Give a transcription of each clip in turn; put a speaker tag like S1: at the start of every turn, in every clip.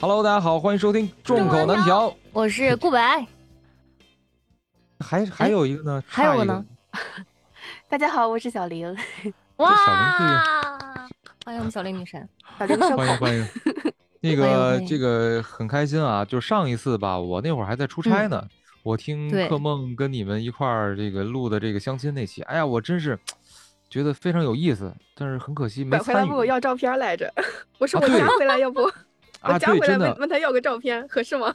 S1: Hello，大家好，欢迎收听《众口难调》，
S2: 我是顾白，
S1: 还还有一个呢，
S2: 哎还有
S1: 差
S2: 个
S1: 一个
S2: 呢，
S3: 大家好，我是小玲，
S2: 哇，欢迎我们小林女神，
S3: 小玲说
S1: 欢迎 欢迎。那
S2: 欢迎
S1: 个
S2: 欢迎
S1: 这个很开心啊，就上一次吧，我那会儿还在出差呢，我听
S2: 嗯对
S1: 克梦跟你们一块儿这个录的这个相亲那期，哎呀，我真是觉得非常有意思，但是很可惜没
S3: 拐回来
S1: 参与
S3: 问我要照片来着， 我说
S1: 啊
S3: 我
S1: 对
S3: 加回来，要不我
S1: 啊，
S3: 加
S1: 对，
S3: 回来
S1: 真
S3: 问
S1: 的
S3: 问他要个照片，合适吗？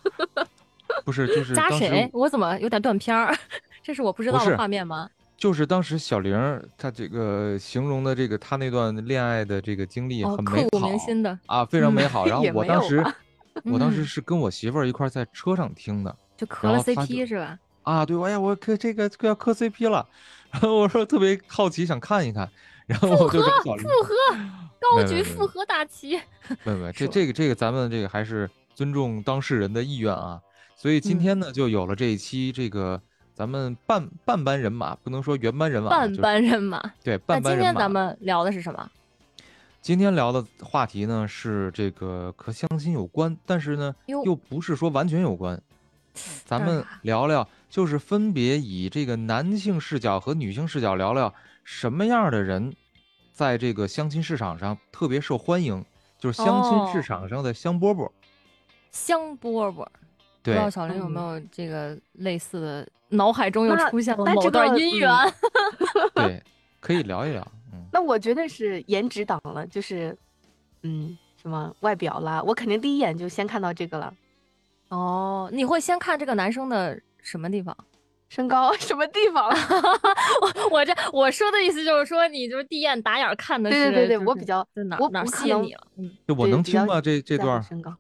S1: 不是就是
S2: 加
S1: 当时
S2: 谁？我怎么有点断片儿？ 这是我不知
S1: 不
S2: 道
S1: 是
S2: 的画面吗？
S1: 就是当时小玲儿她这个形容的这个她那段恋爱的这个经历
S2: 哦，
S1: 很
S2: 刻
S1: 美
S2: 骨
S1: 好
S2: 铭心的，
S1: 啊，非常美
S2: 嗯
S1: 好。然后
S3: 也
S1: 我
S3: 没
S1: 当
S3: 有
S1: 时
S3: 吧
S1: 我当时
S2: 嗯
S1: 是跟我媳妇儿一块儿在车上听的
S2: 就磕了
S1: 然后他就
S2: CP 是吧？
S1: 啊，对，哎呀，我磕这个要磕 CP 了， 然后我说特别好奇想看一看，然后我就找小玲
S2: 复 合，高
S1: 没有没有
S2: 举
S1: 没有
S2: 复合大旗，
S1: 没有没有，这
S2: 是吧
S1: 这个这个咱们这个还是尊重当事人的意愿啊。所以今
S2: 嗯
S1: 天呢，就有了这一期这个咱们半半班人马，不能说原班人马啊，
S2: 半
S1: 就是
S2: 班人马。
S1: 对
S2: 那
S1: 半班
S2: 今
S1: 人马。
S2: 天咱们聊的是什么？
S1: 今天聊的话题呢是这个和相亲有关，但是呢
S2: 哟
S1: 又不是说完全有关。咱
S2: 当然
S1: 们聊聊，就是分别以这个男性视角和女性视角聊聊什么样的人在这个相亲市场上特别受欢迎，就是相亲市
S2: 哦
S1: 场上的香饽饽。
S2: 香饽饽，不
S1: 对
S2: 知，道小林有没有这个类似的，脑海中又
S3: 嗯那
S2: 出现了
S3: 那
S2: 某
S3: 这
S2: 段
S3: 个
S2: 姻缘。
S3: 嗯
S1: 对，可以聊一聊。 嗯，
S3: 那我绝对是颜值党了，就是，嗯，什么外表啦，我肯定第一眼就先看到这个了，嗯
S2: 哦，你会先看这个男生的什么地方？
S3: 身高 什么地方？
S2: 我我这我说的意思就是说，你就是第一眼打眼儿看的是，
S3: 对对对对，
S2: 就
S3: 我
S2: 是
S3: 比较
S2: 就哪
S3: 我
S2: 哪儿
S3: 我可
S2: 吸引
S3: 能
S2: 你了？ 嗯，
S1: 这我
S3: 对
S1: 能
S3: 比较
S1: 听吗？这这
S3: 在乎
S1: 段儿
S3: 身高，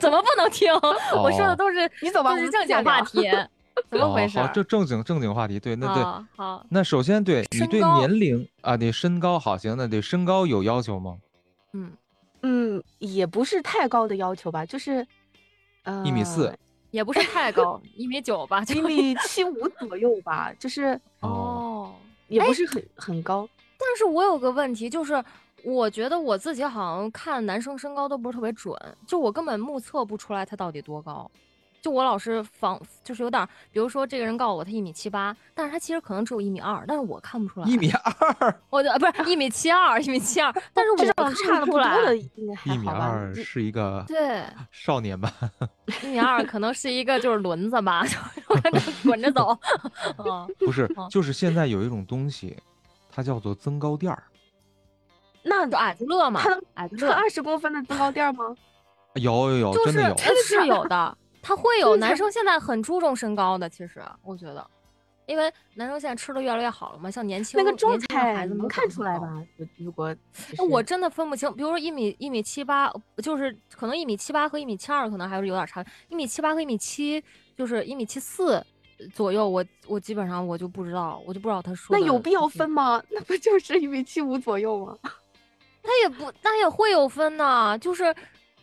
S2: 怎么不能听？ 我说的都是
S3: 你走吧，
S2: 都
S3: 我
S2: 是
S3: 们
S2: 正
S3: 私下
S2: 经话
S3: 聊。
S2: 题， 怎么回事啊
S1: 哦、
S2: 儿？
S1: 好，正正经正经话题。对，那对，
S2: 啊好，
S1: 那首先对你
S2: 身
S1: 对
S2: 高
S1: 年龄啊，对身高好行，那对身高有要求吗？
S2: 嗯，
S3: 嗯，也不是太高的要求吧，就是，呃，
S1: 一米四，
S2: 也不是太高，一米九吧，就
S3: 一米七五左右吧， 就是
S2: 哦。
S3: 也
S1: 哎
S3: 不是很很高。
S2: 但是我有个问题，就是我觉得我自己好像看男生身高都不是特别准，就我根本目测不出来他到底多高。就我老是防，就是有点儿，比如说这个人告诉我他一米七八，但是他其实可能只有一米二，但是我看不出来。
S1: 哦一米 哦二，
S2: 我的不是一米七二，一米七 二，但是我
S3: 这种
S2: 看
S3: 差
S2: 不出
S3: 多的
S2: 来。
S3: 应该还
S1: 一米
S3: 好吧？
S1: 二
S3: 你这
S1: 是一个
S2: 对，
S1: 少年 吧？
S2: 一米二可能是一个就是轮子吧， 就是跟着滚着走。嗯，
S1: 不是
S2: 哦，
S1: 就是现在有一种东西，它叫做增高垫儿。
S3: 那
S2: 就矮子乐嘛
S3: 他能，
S2: 矮子
S3: 穿
S2: 乐
S3: 二十公分的增
S2: 啊
S3: 高垫儿吗？
S1: 有有有，
S2: 就
S1: 哦真
S2: 是
S1: 的有。
S2: 是有的，他会有。
S3: 真的
S2: 男生现在很注重身高的，其实我觉得，因为男生现在吃的越来越好了嘛，像年轻
S3: 那个状
S2: 年轻的
S3: 态
S2: 孩子们
S3: 能
S2: 都
S3: 看
S2: 长
S3: 出
S2: 得
S3: 来
S2: 高
S3: 吧？就如果只
S2: 哎我
S3: 是
S2: 真的分不清，比如说一米一米七八，就是可能一米七八和一米七二可能还是有点差，一米七八和一米七就是一米七四左右，我我基本上我就不知道，我就不知道他说
S3: 那
S2: 的
S3: 有必要
S2: 是
S3: 分吗？ 那不就是一米七五左 右吗？
S2: 他也不，他也会有分呐，就是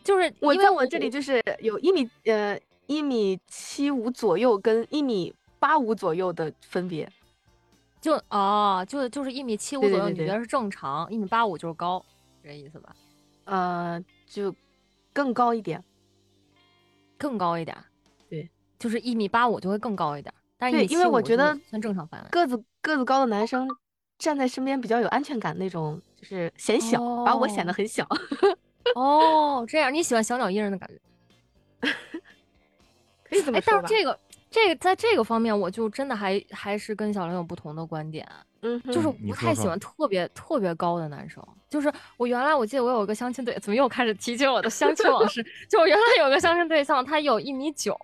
S2: 就是
S3: 我
S2: 因为
S3: 在我这里就是有一米呃一米七五左右跟一米八五左右的分别。
S2: 就哦，就就是一米七五
S3: 对
S2: 左右，
S3: 对对
S2: 你觉
S3: 对
S2: 得是正常，一米八五就是高，这意思吧？
S3: 呃，就更高一点。
S2: 更高一点，
S3: 对，
S2: 就是一米八五就会更高一点，但是
S3: 对
S2: 1.75
S3: 因为我觉得
S2: 就算正常范围。
S3: 个子个子高的男生站在身边比较有安全感，那种就是显小，把我显得
S2: 哦
S3: 很小。
S2: 哦，这样你喜欢小鸟依人的感觉？
S3: 可以这么
S2: 哎，
S3: 说
S2: 但是
S3: 吧？
S2: 这个这个在这个方面，我就真的还还是跟小玲有不同的观点。啊
S3: 嗯哼，
S2: 就是
S1: 嗯你
S2: 不
S1: 说
S2: 太喜
S1: 说
S2: 欢特别特别高的男生。就是我原来我记得我有一个相亲对，怎么又开始提起我的相亲往事？ 就我原来有个相亲对象，他有一米九，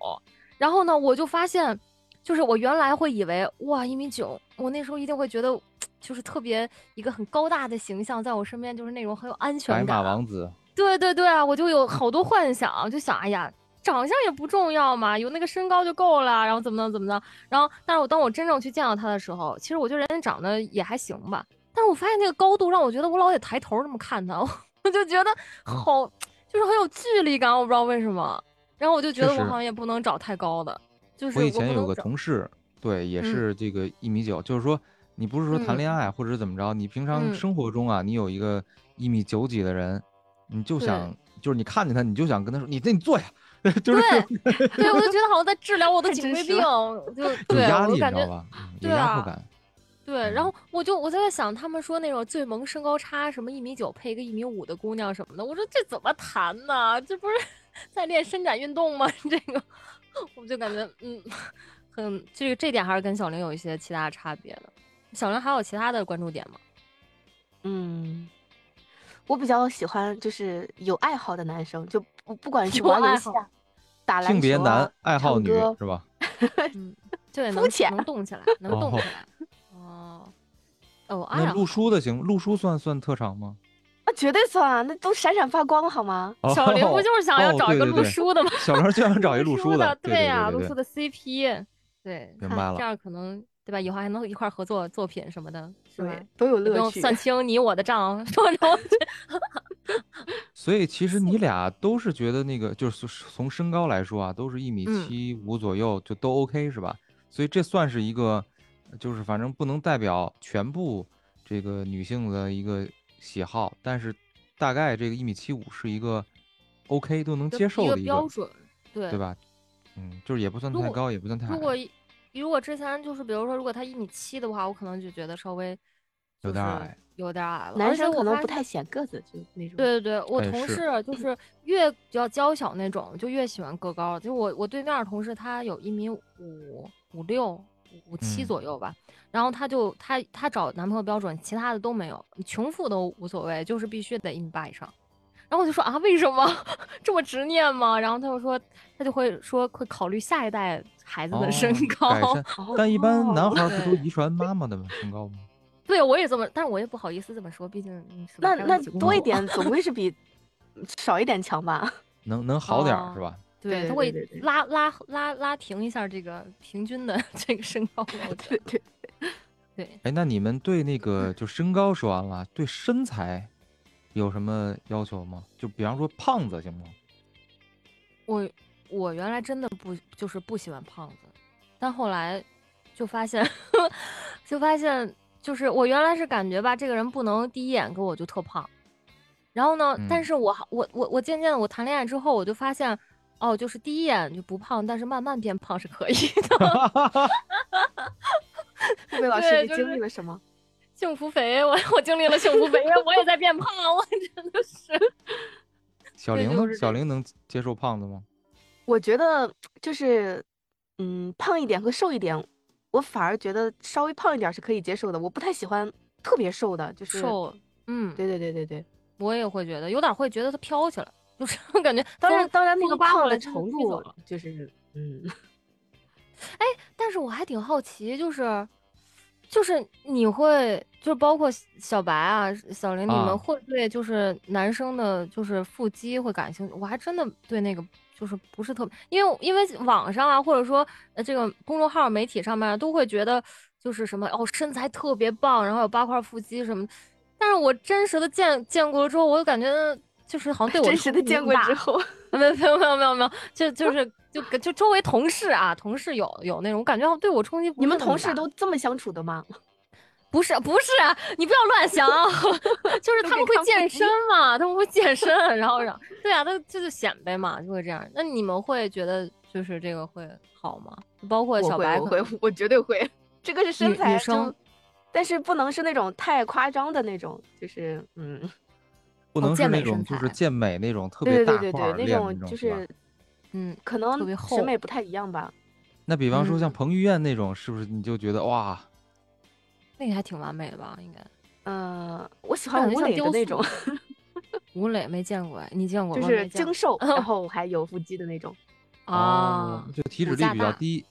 S2: 然后呢，我就发现，就是我原来会以为哇一米九，我那时候一定会觉得。就是特别一个很高大的形象，在我身边就是那种很有安全
S1: 白
S2: 感。
S1: 马王子，
S2: 对对对啊，我就有好多幻想，就想哎呀，长相也不重要嘛，有那个身高就够了，然后怎么的怎么的，然后但是我当我真正去见到他的时候，其实我觉得人家长得也还行吧，但是我发现那个高度让我觉得我老得抬头那么看他， 我就觉得
S1: 嗯
S2: 好，就是很有距离感，我不知道为什么，然后我就觉
S1: 确
S2: 得我
S1: 实
S2: 好像也不能找太高的，就是
S1: 我以
S2: 不
S1: 前有
S2: 能
S1: 个
S2: 找
S1: 同事，对，也
S2: 嗯
S1: 是这个一米九，就是说你不是说谈
S2: 嗯
S1: 恋爱或者是怎么着，你平常
S2: 嗯
S1: 生活中啊，你有一个一米九几的人，你就
S2: 对
S1: 想就是你看见他，你就想跟他说，你那你坐下， 就是
S2: 对，对我就觉得好像在治疗我的
S3: 太
S2: 颈
S3: 真
S2: 椎
S3: 实
S2: 病，就
S1: 有
S2: 对，
S1: 压力，
S2: 我就
S1: 你
S2: 感
S1: 知道
S2: 觉
S1: 吧？嗯有
S2: 对
S1: 压迫
S2: 啊
S1: 感。
S2: 对。
S1: 嗯
S2: 然后我就我就在想，他们说那种最萌身高差，什么一米九配一个一米五的姑娘什么的，我说这怎么谈呢？这不是 在练伸展运动吗？ 这个，我就感觉嗯，很这个这点还是跟小玲有一些其他差别的。小玲还有其他的关注点吗？
S3: 嗯，我比较喜欢就是有爱好的男生，就不不管是
S2: 有
S3: 玩游
S2: 爱
S3: 戏
S2: 好
S3: 啊、打篮球、啊、
S1: 性别男，爱好
S3: 唱
S1: 女
S3: 歌
S1: 是吧？
S2: 嗯，对，
S3: 肤
S2: 能
S3: 浅
S2: 能动起来，能动起来。哦，哦，哎
S1: 那
S2: 呀，
S1: 录书的行，录书算算特长吗？
S3: 那绝对算啊，那都闪闪发光好吗？
S2: 小玲不
S1: 哦
S2: 就是想要
S1: 哦
S2: 找
S1: 对
S2: 一个
S1: 对
S2: 录
S1: 对
S2: 书的吗？
S1: 小玲就想找一
S2: 录
S1: 录
S2: 书
S1: 的，
S2: 对呀，
S1: 呀，
S2: 录
S1: 对
S2: 书的 CP，对，
S1: 明
S2: 看
S1: 白了
S2: 这样可能对吧？以后还能一块儿合作作品什么的，是吧
S3: 对？，都有
S2: 也不
S3: 乐
S2: 用
S3: 趣。
S2: 算清你我的账，说着
S1: 所以其实你俩都是觉得那个，就是从身高来说啊，都是一米
S2: 嗯
S1: 七五左右，就都 OK 是吧？所以这算是一个，就是反正不能代表全部这个女性的一个喜好，但是大概这个一米七五是一个 OK 都能接受
S2: 一个
S1: 的一
S2: 标
S1: 个，
S2: 准，对
S1: 对？吧？嗯，就是也不算
S2: 如
S1: 太
S2: 果
S1: 高，也不算太
S2: 如
S1: 矮
S2: 果一如果之前就是比如说，如果他一米七的话，我可能就觉得稍微
S1: 有
S2: 就
S1: 点
S2: 是
S1: 矮，
S2: 有点矮了。
S3: 男
S2: 而且
S3: 生可
S2: 我
S3: 能
S2: 发
S3: 不
S2: 现
S3: 太显个子，就那种。，
S2: 对对对，我
S1: 哎
S2: 同
S1: 是
S2: 事就是越比较娇小那种，就越喜欢个高的。就我我对面儿同事，他有一米五五六五七
S1: 嗯
S2: 左右吧，然后他就他他找男朋友标准，其他的都没有，穷富都无所谓，就是必须得一米八以上。然后我就说啊，为什么 这么执念吗？然后他就说，他就会说会考虑下一代孩子的身
S1: 哦
S2: 高。
S1: 改善。但一般男
S3: 哦
S1: 孩儿不都
S2: 啊对
S1: 遗传妈妈的吗？身高吗？
S2: 对，我也这么，但是我也不好意思这么说，毕竟嗯是吧
S3: 那
S2: 还有
S3: 那
S2: 一起工
S3: 多一
S2: 作
S3: 点总归是比少一点强吧？
S1: 能能好点儿
S2: 哦
S1: 是吧？
S2: 对，
S3: 对
S2: 他
S3: 对
S2: 会
S3: 对对
S2: 拉拉拉拉平一下这个平均的这个身高。我觉
S3: 对
S2: 得
S3: 对，
S2: 对，
S1: 哎，那你们对那个就身高说完了，对身材有什么要求吗？就比方说胖子行吗？
S2: 我我原来真的不就是不喜欢胖子，但后来就发现 就发现就是我原来是感觉吧，这个人不能第一眼给我就特胖，然后呢，但
S1: 嗯
S2: 是我好我我我渐渐地我谈恋爱之后，我就发现哦，就是第一眼就不胖，但是慢慢变胖是可以的。
S3: 贝贝老师
S2: 对
S3: 你
S2: 就
S3: 经
S2: 是
S3: 历了什么？
S2: 幸福肥，我我经历了幸福肥，我也在变胖，我真的是。
S1: 小
S2: 对
S1: 玲
S2: 就
S1: 呢？
S2: 是
S1: 小
S2: 这
S1: 玲能接受胖子吗？
S3: 我觉得就是，嗯，胖一点和瘦一点，我反而觉得稍微胖一点儿是可以接受的。我不太喜欢特别瘦的，就是，
S2: 瘦，嗯，
S3: 对对对对对。
S2: 我也会觉得有点会觉得它飘起来，就是 感觉
S3: 当然
S2: 风
S3: 当然，那
S2: 风
S3: 个
S2: 刮过
S3: 胖
S2: 来
S3: 的
S2: 就是
S3: 程
S2: 吹走
S3: 度
S2: 了
S3: 就是，嗯，
S2: 但是我还挺好奇，就是就是你会就是包括小白啊、小玲，你
S1: 啊
S2: 们会对就是男生的就是腹肌会感兴趣？我还真的对那个。就是不是特别，因为因为网上啊，或者说呃这个公众号、媒体上面啊都会觉得就是什么哦身材特别棒，然后有八块腹肌什么的，但是我真实的见见过了之后，我就感觉就是好像对我
S3: 真实的
S2: 冲击
S3: 见
S2: 更
S3: 过
S2: 大
S3: 之后，
S2: 没有没有没有没有没有，就就是就跟就周围同事啊，同事有有那种感觉，哦对我冲击不
S3: 你们
S2: 是那么
S3: 同事
S2: 大
S3: 都这么相处的吗？
S2: 不是不是啊，你不要乱想 啊，就是
S3: 都
S2: 他
S3: 给
S2: 们会
S3: 看腹
S2: 健
S3: 肌
S2: 身嘛，他们会健身，然后然后对啊，他这就显摆嘛，就会这样。那你们会觉得就是这个会好吗？包括
S3: 我
S2: 小
S3: 会
S2: 白
S3: 我
S2: 可
S3: 会
S2: 能，
S3: 我绝对会。这个是身
S2: 女
S3: 材
S2: 女
S3: 就
S2: 生
S3: 但是不能是那种太夸张的那种，就是嗯，
S1: 不
S2: 哦
S1: 能是
S2: 健
S1: 那
S2: 美
S1: 种
S2: 身
S1: 就是
S2: 材
S1: 健美那种特别
S3: 对
S1: 大
S3: 对对对
S1: 块儿
S3: 对，
S1: 练的那
S3: 种就
S1: 吧
S3: 是
S2: 嗯，
S3: 可能
S2: 别厚
S3: 审美不太一样吧。
S1: 那比方说像
S3: 嗯
S1: 彭于晏那种，是不是你就觉得哇，
S2: 那个还挺完美的吧？应该
S3: 嗯，我喜
S2: 感
S3: 欢
S2: 觉
S3: 吴
S2: 像
S3: 磊的
S2: 雕
S3: 那
S2: 塑
S3: 种，
S2: 吴磊没见过哎，你见过
S3: 就
S2: 吗？
S3: 是
S2: 没见
S3: 精
S2: 过
S3: 瘦，然后还有腹肌的那种，
S2: 啊
S1: 哦，，就体
S2: 骨
S1: 脂率
S2: 架
S1: 比较
S2: 大
S1: 低哦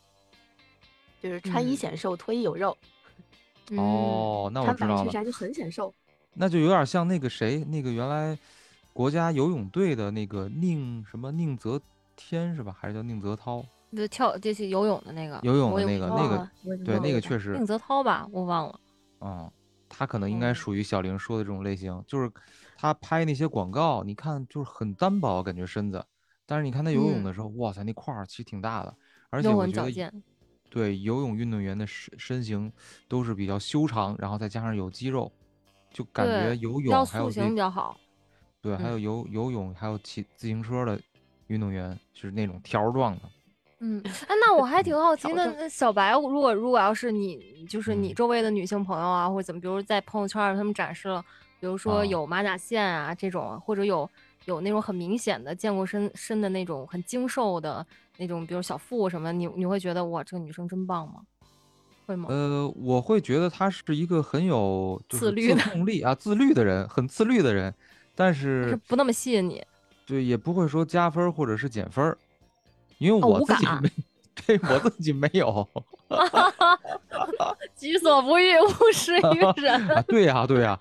S3: 就是穿衣
S2: 嗯
S3: 显瘦，脱衣有肉，
S2: 嗯，
S1: 哦？那我
S3: 穿
S1: 知
S3: 白
S1: 道
S3: 衬
S1: 了，
S3: 衫就很显瘦。
S1: 那就有点像那个谁，那个原来国家游泳队的那个宁什么宁泽天是吧？还是叫宁泽涛？
S2: 嗯就跳就是游泳的那个，
S1: 游泳
S2: 我
S1: 的
S2: 也
S1: 那
S2: 不
S1: 个那
S2: 知道
S1: 个
S2: 啊
S3: 哦
S2: 我也不知
S1: 对
S2: 道
S1: 那
S2: 我
S1: 个
S2: 叫
S1: 确实
S2: 宁泽涛吧，我忘了。
S1: 嗯，他可能应该
S2: 哦
S1: 属于小玲说的这种类型，就是他拍那些广告，你看就是很单薄，感觉身子，但是你看他游泳
S2: 嗯
S1: 的时候，哇塞，那块儿其实挺大的，而且
S2: 又
S1: 我
S2: 很
S1: 觉
S2: 矫
S1: 得
S2: 健，
S1: 对游泳运动员的身身形都是比较修长，然后再加上有肌肉，就感觉
S2: 对
S1: 游
S2: 腰
S1: 泳还有
S2: 塑
S1: 这
S2: 嗯形比较好。
S1: 对，还有游游泳，还有骑自行车的运动员，就是那种条儿状的。
S2: 嗯，哎，那我还挺好奇，
S3: 保
S2: 那
S3: 证
S2: 那小白，如果如果要是你，就是你
S1: 嗯
S2: 周围的女性朋友啊，或者怎么，比如在朋友圈儿他们展示了，比如
S1: 啊
S2: 说有马甲线啊这种，或者有有那种很明显的健过身身的那种很精瘦的那种，比如小腹什么的，你你会觉得哇，这个女生真棒吗？会吗？
S1: 呃，我会觉得他是一个很有就是
S2: 自律的
S1: 控力啊，自律的人，很自律的人，但
S2: 但是
S1: 是
S2: 不那么吸引你，
S1: 对也不会说加分儿或者是减分儿，因为
S2: 哦
S1: 我
S2: 无
S1: 自己
S2: 感
S1: 没， 对我自己没 有
S2: 己所不欲，勿施于人。
S1: 啊，对呀、对呀、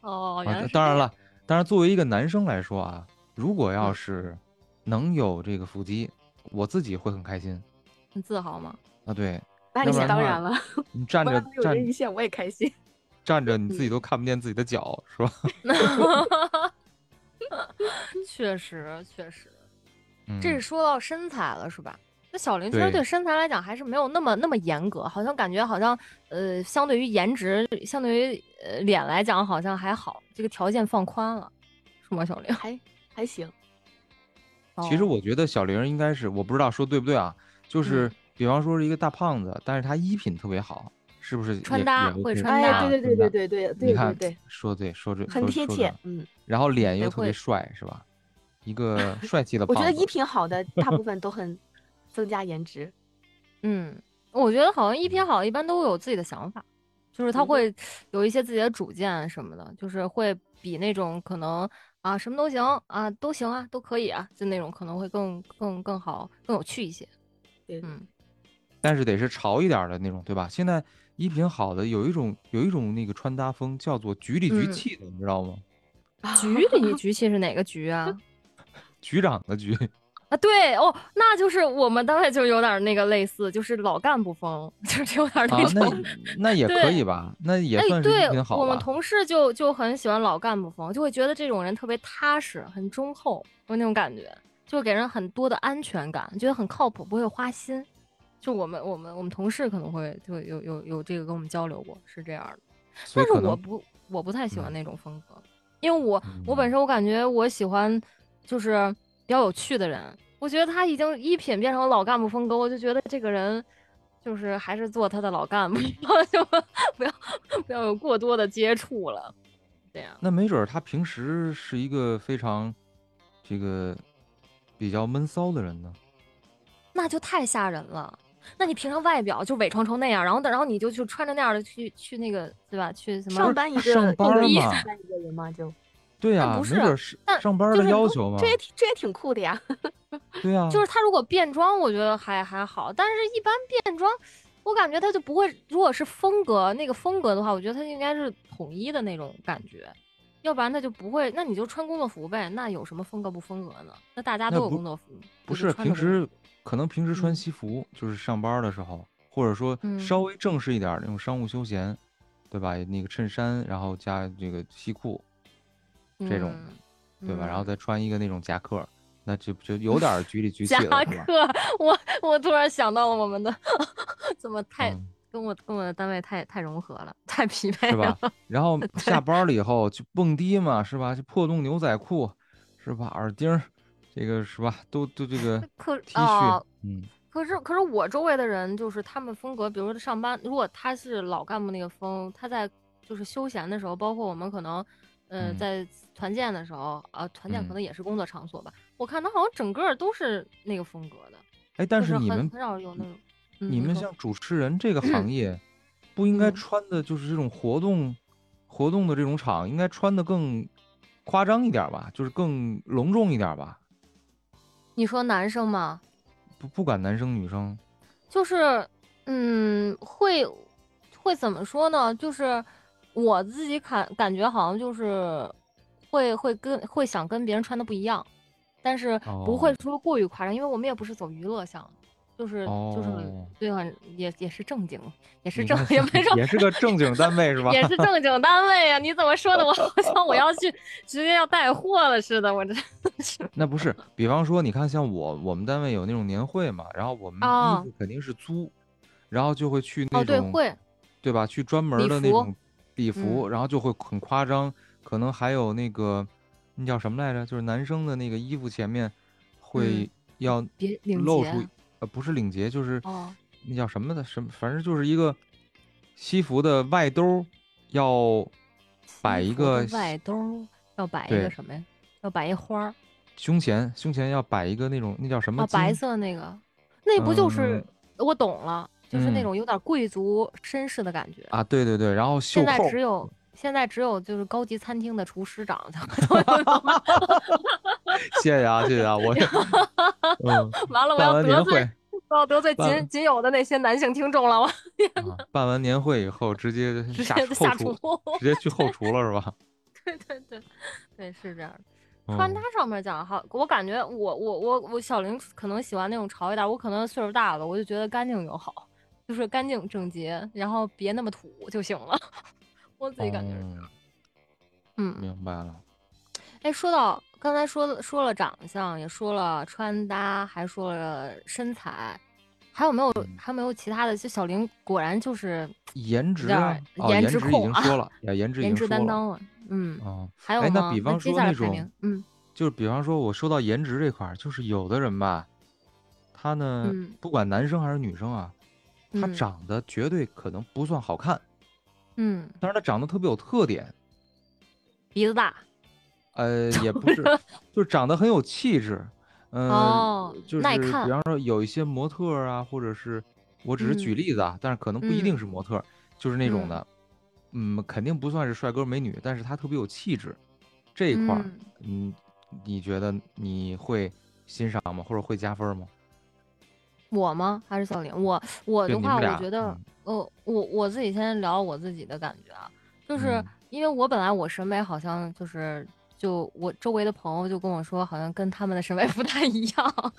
S2: 哦，原
S1: 啊，
S2: 来是
S1: 当然了，当然作为一个男生来说啊，如果要
S2: 嗯
S1: 是能有这个腹肌，我自己会很开心
S2: 很自豪吗？
S1: 啊。 对
S3: 那
S1: 要
S3: 你
S1: 不然
S3: 想当
S1: 的话
S3: 然了，
S1: 你站
S3: 我
S1: 着
S3: 要能有
S1: 站
S3: 人鱼线我也开心。
S1: 站着，你自
S2: 嗯
S1: 己都看不见自己的脚，是吧？
S2: 确实，确实。
S1: 嗯，
S2: 这是说到身材了，是吧？那小林其实
S1: 对
S2: 对身材来讲还是没有那么那么严格，好像感觉好像呃，相对于颜值，相对于呃脸来讲，好像还好，这个条件放宽了，是吗？ 小林，
S3: 还还行，
S1: 其实
S2: 哦
S1: 我觉得小玲儿应该是，我不知道说对不对啊，
S2: 嗯
S1: 就是比方说是一个大胖子，但是他衣品特别好，是不是也？
S2: 穿
S1: 也
S2: 搭
S1: OK
S2: 会穿
S1: 啊
S2: 搭
S3: 哎，对对对
S1: 穿搭
S3: 对对对
S1: 你
S3: 对对
S1: 看
S3: 对，
S1: 说对，说对，
S3: 很
S1: 说
S3: 贴
S1: 说
S3: 切
S1: 准了，
S3: 嗯。
S1: 然后脸又
S2: 也
S1: 特别
S2: 会
S1: 帅，是吧？一 个帅气的
S3: 我
S1: 胖
S3: 觉
S1: 子，
S3: 得衣品好的大部分都很增加颜值。
S2: 嗯，我觉得好像一批好一般都有自己的想法，就是他
S3: 嗯
S2: 会有一些自己的主见什么的，就是会比那种可能啊什么都行啊都行啊都可以啊，就那种可能会更更更好更有趣一些。
S3: 对
S2: 嗯。
S1: 但是得是潮一点儿的那种，对吧？现在衣品好的有一种有一种那个穿搭风叫做局里局
S2: 嗯
S1: 气的，你知道吗？
S2: 局里局气是哪个局啊？
S1: 局长的 局，
S2: 啊，对哦，那就是我们单位就有点那个类似，就是老干部风， 就是有点
S1: 啊
S2: 那，
S1: 那
S2: 种。
S1: 那也可
S2: 对
S1: 以吧，那也
S2: 哎，
S1: 算是
S2: 对
S1: 衣品，好
S2: 我们
S1: 吧。
S2: 同事就就很喜欢老干部风，就会觉得这种人特别踏实，很忠厚，有那种感觉，就会给人很多的安全感，觉得很靠谱，不会花心。就我们我们我们同事可能会就有有有这个跟我们交流过，是这样的。
S1: 所
S2: 但
S1: 以
S2: 是
S1: 可
S2: 我
S1: 能
S2: 不我不太喜欢
S1: 嗯
S2: 那种风格，因为我我
S1: 嗯
S2: 本身我感觉我喜欢就是比较有趣的人，我觉得他已经一品变成老干部风格，我就觉得这个人就是还是做他的老干部， 就不要不要有过多的接触了，这样。
S1: 那没准儿他平时是一个非常这个比较闷骚的人呢。
S2: 那就太吓人了。那你平常外表就伪装成那样，然后等然后你就去穿着那样的去去那个对吧？去什么
S3: 上班一个
S1: 上班
S3: 一个
S1: 嘛
S3: 上班一个人嘛，就
S1: 对呀、
S2: 但不
S1: 没
S2: 是
S1: 准儿是
S2: 但
S1: 上班儿
S3: 就
S1: 的
S3: 是
S1: 要
S3: 如
S1: 求嘛
S3: 这。也挺这也挺酷的呀。
S1: 对呀、
S2: 就是他如果变装，我觉得还还好，但是一般变装，我感觉他就不会。如果是风格那个风格的话，我觉得他应该是统一的那种感觉，要不然他就不会。那你就穿工作服呗，那有什么风格不风格呢？那大家
S1: 那
S2: 都有
S1: 不
S2: 工作服，
S1: 不
S2: 就是穿着
S1: 平
S2: 工作
S1: 时可能平时穿
S2: 嗯
S1: 西服，就是上班儿的时候，或者说
S2: 嗯
S1: 稍微正式一点儿那种商务休闲，对吧？那个衬衫，然后加这个西裤，
S2: 服
S1: 这种
S2: 嗯
S1: 对吧？然后
S2: 嗯
S1: 再穿一个那种夹克儿，那就就有 点儿局里局气
S2: 夹
S1: 了，是吧？
S2: 克，我我突然想到了我们的， 怎么太、
S1: 嗯
S2: 跟我跟我的单位太太融合了，太匹配
S1: 是
S2: 了
S1: 吧。？然后下班儿了以后就蹦迪嘛，是吧？就破洞牛仔裤，是吧？耳钉儿，这个是吧？都都这 个
S2: 可
S1: T
S2: 啊
S1: 恤，，嗯，
S2: 可是，可是我周围的人就是他们风格，比如说上班，如果他是老干部那个风，他在就是休闲的时候，包括我们可能，呃，
S1: 嗯
S2: 在团建的时候啊，团建
S1: 嗯
S2: 可能也是工作场所吧。我看他好像整个都是那个风格的，
S1: 哎，但
S2: 就是
S1: 你
S2: 很
S1: 们
S2: 很少有那种。嗯
S1: 你们
S2: 说
S1: 像主持人这个行业，不应该
S2: 嗯
S1: 穿的就是这种活动活动的这种场，应该穿的更夸张一点儿吧，就是更隆重一点儿吧。
S2: 你说男生吗？
S1: 不不管男生女 生，
S2: 就是，嗯，会会怎么说呢？就是我自己感感觉好像就是会会跟会想跟别人穿的不一样，但是不会
S1: 哦
S2: 说过于夸张，因为我们也不是走娱乐向，就是就是
S1: 哦
S2: 很对很也也是正经，也是
S1: 你
S2: 正
S1: 看
S2: 也没说
S1: 也是个正经单位是吧？
S2: 也是正经单位啊！你怎么说的？我 好像我要去直接要带货了似的，我这是
S1: 那不是，比方说，你看，像我我们单位有那种年会嘛，然后我们
S2: 哦
S1: 衣服肯定是租，然后就会去那
S2: 哦对
S1: 种，
S2: 会
S1: 对吧？去专门儿
S2: 礼
S1: 的那
S2: 服嗯
S1: 种礼服，然后就会很夸张，可能还有那个那叫什么来着？就是男生的那个衣服前面会要
S2: 嗯别领
S1: 露
S2: 结
S1: 出，呃，不是领结，就是
S2: 哦
S1: 那叫什么的什么，反正就是一个西服的外兜儿要摆
S2: 西
S1: 一
S2: 服的
S1: 个
S2: 外兜儿，要摆一个
S1: 对
S2: 什么呀？要摆一花儿
S1: 胸前，胸前要摆一个那种那叫什么
S2: 啊，
S1: 金？
S2: 白色那个，那不就是
S1: 嗯
S2: 我懂了，就是
S1: 嗯
S2: 那种有点贵族绅士的感觉。
S1: 啊，对对对，然后袖
S2: 现在
S1: 扣
S2: 只有现在只有就是高级餐厅的厨师长才 会都有卖。
S1: 谢谢啊，谢谢啊，我 嗯，
S2: 完了，我
S1: 办
S2: 要
S1: 完
S2: 得
S1: 年
S2: 罪
S1: 会，
S2: 我要得罪
S1: 办
S2: 仅仅有的那些男性听众了，我
S1: 啊，办完年会以后直接
S2: 直
S1: 下
S2: 接下
S1: 后
S2: 厨
S1: 厨，。直接去后厨了是吧？
S2: 对对对，对是这样的。
S1: 嗯
S2: 穿搭上面讲哈，我感觉我我我我小玲可能喜欢那种潮一点儿，我可能岁数大了，我就觉得干净就好，就是干净整洁，然后别那么土就行了。 我自己感觉是这样。
S1: 哦
S2: 嗯，
S1: 明白了，
S2: 哎，说到刚才说了说了长相，也说了穿搭，还说了身材，还有没有
S1: 嗯
S2: 还有没有其他的？就小玲果然就是
S1: 颜值
S2: 点
S1: 啊
S2: 儿，
S1: 哦，
S2: 颜
S1: 颜
S2: 值
S1: 值已
S2: 控
S1: 经
S2: 啊
S1: 说了，呀，颜值已
S2: 颜
S1: 经
S2: 值
S1: 说
S2: 担
S1: 了
S2: 当了。嗯，
S1: 嗯，
S2: 还有
S1: 哎
S2: 吗？
S1: 那比方
S2: 接
S1: 说
S2: 下
S1: 那
S2: 来排
S1: 种
S2: 名，嗯
S1: 就是比方说我说到颜值这块儿，就是有的人吧，他呢，
S2: 嗯
S1: 不管男生还是女生啊，他
S2: 嗯
S1: 长得绝对可能不算好看，
S2: 嗯，
S1: 但是他长得特别有特点，
S2: 鼻子大，
S1: 呃，也不是， 就是长得很有气质，嗯、
S2: 哦
S1: 就是
S2: 耐看
S1: 比方说有一些模特儿啊，或者是我只是举
S2: 嗯
S1: 例子啊，但是可能不一定
S2: 嗯
S1: 是模特儿，就是那种
S2: 嗯
S1: 的，嗯，肯定不算是帅哥美女，但是他特别有气质，这一块儿，
S2: 嗯
S1: 嗯，你觉得你会欣赏吗？或者会加分吗？
S2: 我吗？还是小玲？我我
S1: 对
S2: 的
S1: 你
S2: 话，
S1: 们
S2: 我
S1: 俩
S2: 觉得
S1: 嗯，
S2: 呃，我我自己先聊我自己的感觉啊，就是
S1: 嗯
S2: 因为我本来我审美好像就是。就我周围的朋友就跟我说，好像跟他们的审美不太一样。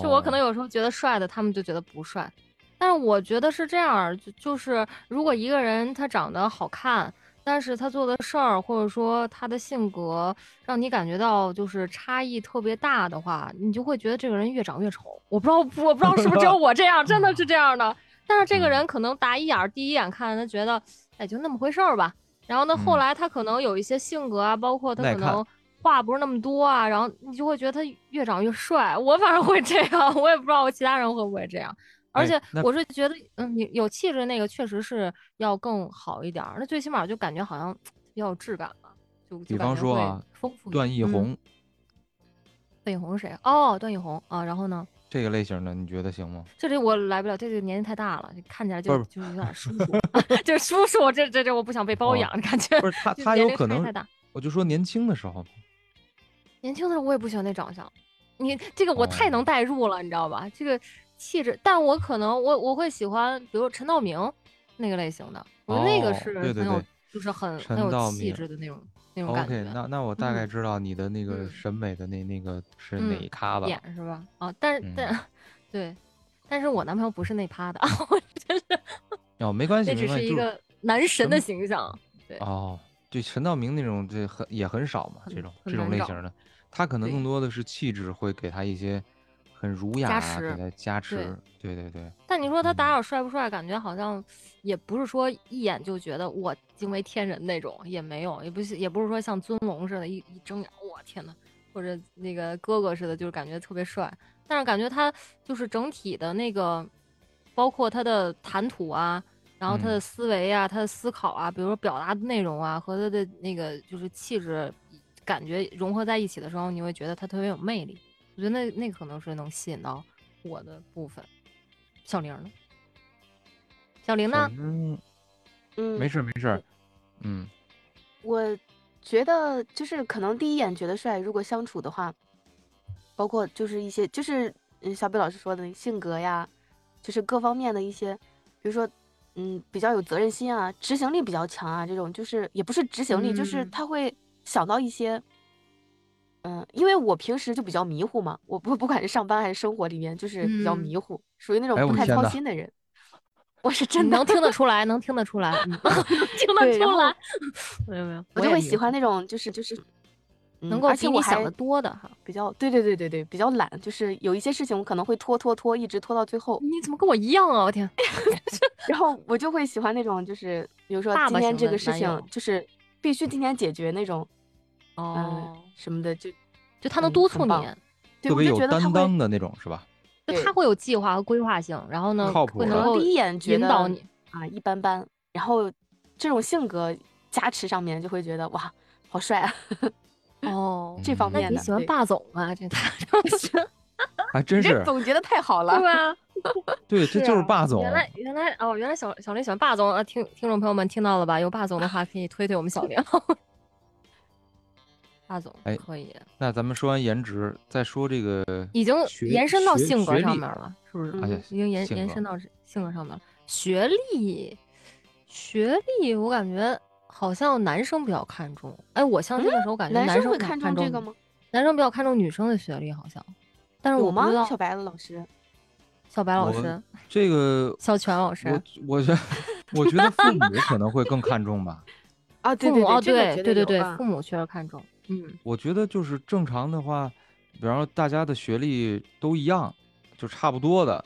S2: 就我可能
S1: 有，
S2: 有时候觉得帅的，他们就觉得不帅。但是我觉得是这样儿，就就是如果一个人他长得好看，但是他做的事儿或者说他的性格让你感觉到就是差异特别大的话，你就会觉得这个人越长越丑。我不知道，我不知道是不是只有我这样，真的是这样的。但是这个人可能打一眼儿，第一眼看他觉得，哎，就那么回事儿吧。然后呢，后
S1: 嗯
S2: 来他可能有一些性格啊，包括他
S1: 耐
S2: 可
S1: 看
S2: 能话不是那么多啊，然后你就会觉得他越长越帅。我反正会这样，我也不知道我其他人会不会这样。而
S1: 哎
S2: 且
S1: 那
S2: 我是觉得，嗯，你有气质那个确实是要更好一点儿，那最起码就感觉好像比较有质感吧，就就
S1: 比
S2: 感
S1: 方
S2: 觉
S1: 说
S2: 会
S1: 啊
S2: 丰富一
S1: 段
S2: 点
S1: 奕
S2: 嗯
S1: 宏、
S2: 段奕宏是谁？哦，段奕宏啊，然后呢？
S1: 这个类型的，你觉得行 吗？
S2: 这里我来不了，这个年纪太大了，就看起来就
S1: 不是
S2: 就是有点叔叔， 就是叔叔，这这这我不想被包
S1: 哦
S2: 养的感觉。
S1: 不是他，
S2: 就
S1: 他
S2: 年
S1: 有
S2: 龄
S1: 可
S2: 差异
S1: 能
S2: 太大，
S1: 我就说年轻的时候嘛，
S2: 年轻的时候我也不喜欢那长相，你这个我太能
S1: 哦
S2: 代入了，你知道吧？这个气质，但我可能我我会喜欢，比如陈道明那个类型的，我觉得那个
S1: 哦
S2: 是
S1: 对对
S2: 很有，
S1: 对
S2: 就是很很
S1: 陈
S2: 有
S1: 道
S2: 气
S1: 明
S2: 质的那种那种感觉
S1: OK，那那我大概
S2: 嗯
S1: 知道你的那个
S2: 嗯
S1: 审美的那那个是哪
S2: 嗯
S1: 一咖了。
S2: 点是吧？啊，但是
S1: 嗯
S2: 但、 对，但是我男朋友不是那趴的， 真是
S1: 哦，没关系，
S2: 那
S1: 没
S2: 只
S1: 关
S2: 是
S1: 系，就
S2: 一
S1: 是
S2: 个男神的
S1: 神
S2: 形象，
S1: 哦，对陈道明那种这很也很少嘛，
S2: 很
S1: 这种
S2: 很
S1: 这种类
S2: 难找
S1: 型的，他可能
S2: 对
S1: 更多的是气质会给他一些很儒雅
S2: 加
S1: 啊，给
S2: 持
S1: 他加
S2: 对
S1: 持。对对对，
S2: 但你说他打
S1: 嗯
S2: 扰帅不帅，感觉好像也不是说一眼就觉得我惊为天人那种，也没有，也不是也不是说像尊龙似的，一一睁眼，我天呐，或者那个哥哥似的，就是感觉特别帅。但是感觉他就是整体的那个，包括他的谈吐啊，然后他的
S1: 嗯
S2: 思维啊，他的思考啊，比如说表达的内容啊，和他的那个就是气质，感觉融合在一起的时候，你会觉得他特别有魅力。我觉得那那可能是能吸引到我的部分。小玲呢？小玲呢？
S1: 嗯，
S3: 嗯，
S1: 没事儿没事儿，嗯
S3: 我觉得就是可能第一眼觉得帅，如果相处的话，包括就是一些就是嗯小北老师说的那性格呀，就是各方面的一些，比如说嗯比较有责任心啊，执行力比较强啊，这种就是也不是执行力，就是
S2: 嗯
S3: 他会想到一些。嗯，因为我平时就比较迷糊嘛，我不不管是上班还是生活里面，就是比较
S2: 嗯
S3: 迷糊，属于那种
S1: 哎
S3: 不
S1: 我
S3: 太
S1: 天
S3: 操
S1: 呐
S3: 心的人。 我是
S2: 你
S3: 真的
S2: 能听得出来，能听得出来， 嗯能听得
S3: 对然
S2: 出
S3: 后
S2: 来。没有没有，
S3: 我就
S2: 也迷
S3: 会喜欢
S2: 糊
S3: 那种，就是就是，嗯
S2: 能够
S3: 而
S2: 比
S3: 且我
S2: 你想
S3: 还
S2: 的多的哈。
S3: 比较，对对对对对，比较懒，就是有一些事情我可能会拖拖拖，一直拖到最后，
S2: 你怎么跟我一样啊？我天，
S3: 然后我就会喜欢那种，就是比如说
S2: 爸
S3: 今
S2: 爸
S3: 天
S2: 型
S3: 这
S2: 的
S3: 个事
S2: 男
S3: 情
S2: 友
S3: 就是必须今天解决那种，
S2: 哦，
S3: 什么的，就
S2: 就他能
S3: 嗯
S2: 督
S3: 很
S2: 促你
S3: 棒，对
S1: 特
S3: 我
S1: 别
S3: 就
S1: 有
S3: 觉得他
S1: 担
S3: 会
S1: 当的那种，是吧？
S2: 就
S3: 对啊
S2: 他会有计划和规划性，然后呢
S1: 靠谱
S2: 会
S1: 的
S3: 可
S2: 能
S3: 能
S2: 够
S3: 第一眼觉
S2: 引
S3: 得
S2: 导 你。
S3: 啊一般般，然后这种性格加持上面就会觉得哇好帅啊，
S2: 哦，
S3: 这方
S1: 嗯
S2: 那
S3: 面
S2: 你
S3: 的
S2: 喜欢
S3: 对
S2: 霸总啊？这他 是
S1: 还真
S3: 你这
S1: 是，
S3: 总结的太好了
S2: 对，吧？
S1: 对，这
S2: 是
S1: 就是
S2: 啊
S1: 霸总
S2: 原。来原来哦，原来小小林喜欢霸总啊！听听众朋友们听到了吧？有霸总的话可以推推我们小林。 霸总
S1: 哎
S2: 可以，
S1: 那咱们说完颜值，再说这个
S2: 已经
S1: 学
S2: 延伸到
S1: 学
S2: 性格
S1: 学
S2: 上
S1: 历
S2: 面了，是不是？
S1: 哎呀
S2: 已经延
S1: 性
S2: 延
S1: 格
S2: 伸到这性格上面了。学历，学历，我感觉好像男生比较看重。哎，我像那个时候感觉
S3: 嗯男
S2: 男
S3: 生
S2: 生
S3: 会
S2: 比较
S3: 看
S2: 看
S3: 重这
S2: 女
S3: 个吗？
S2: 男生比较看重女生的学历，好像。但是
S3: 有
S2: 我不
S3: 吗
S2: 知道？
S3: 小白老师，
S2: 小白老
S1: 我
S2: 师、
S1: 这个，
S2: 小泉老师，
S1: 我我觉我觉得 父母可能会更看重吧。
S3: 啊，对
S2: 父
S3: 对
S2: 母
S3: 对，
S2: 哦，
S3: 这个
S2: 对
S3: 绝
S2: 对对
S3: 有
S2: 对，
S3: 啊
S2: 父母确实看重。嗯，
S1: 我觉得就是正常的话，比方说大家的学历都一样，就差不多的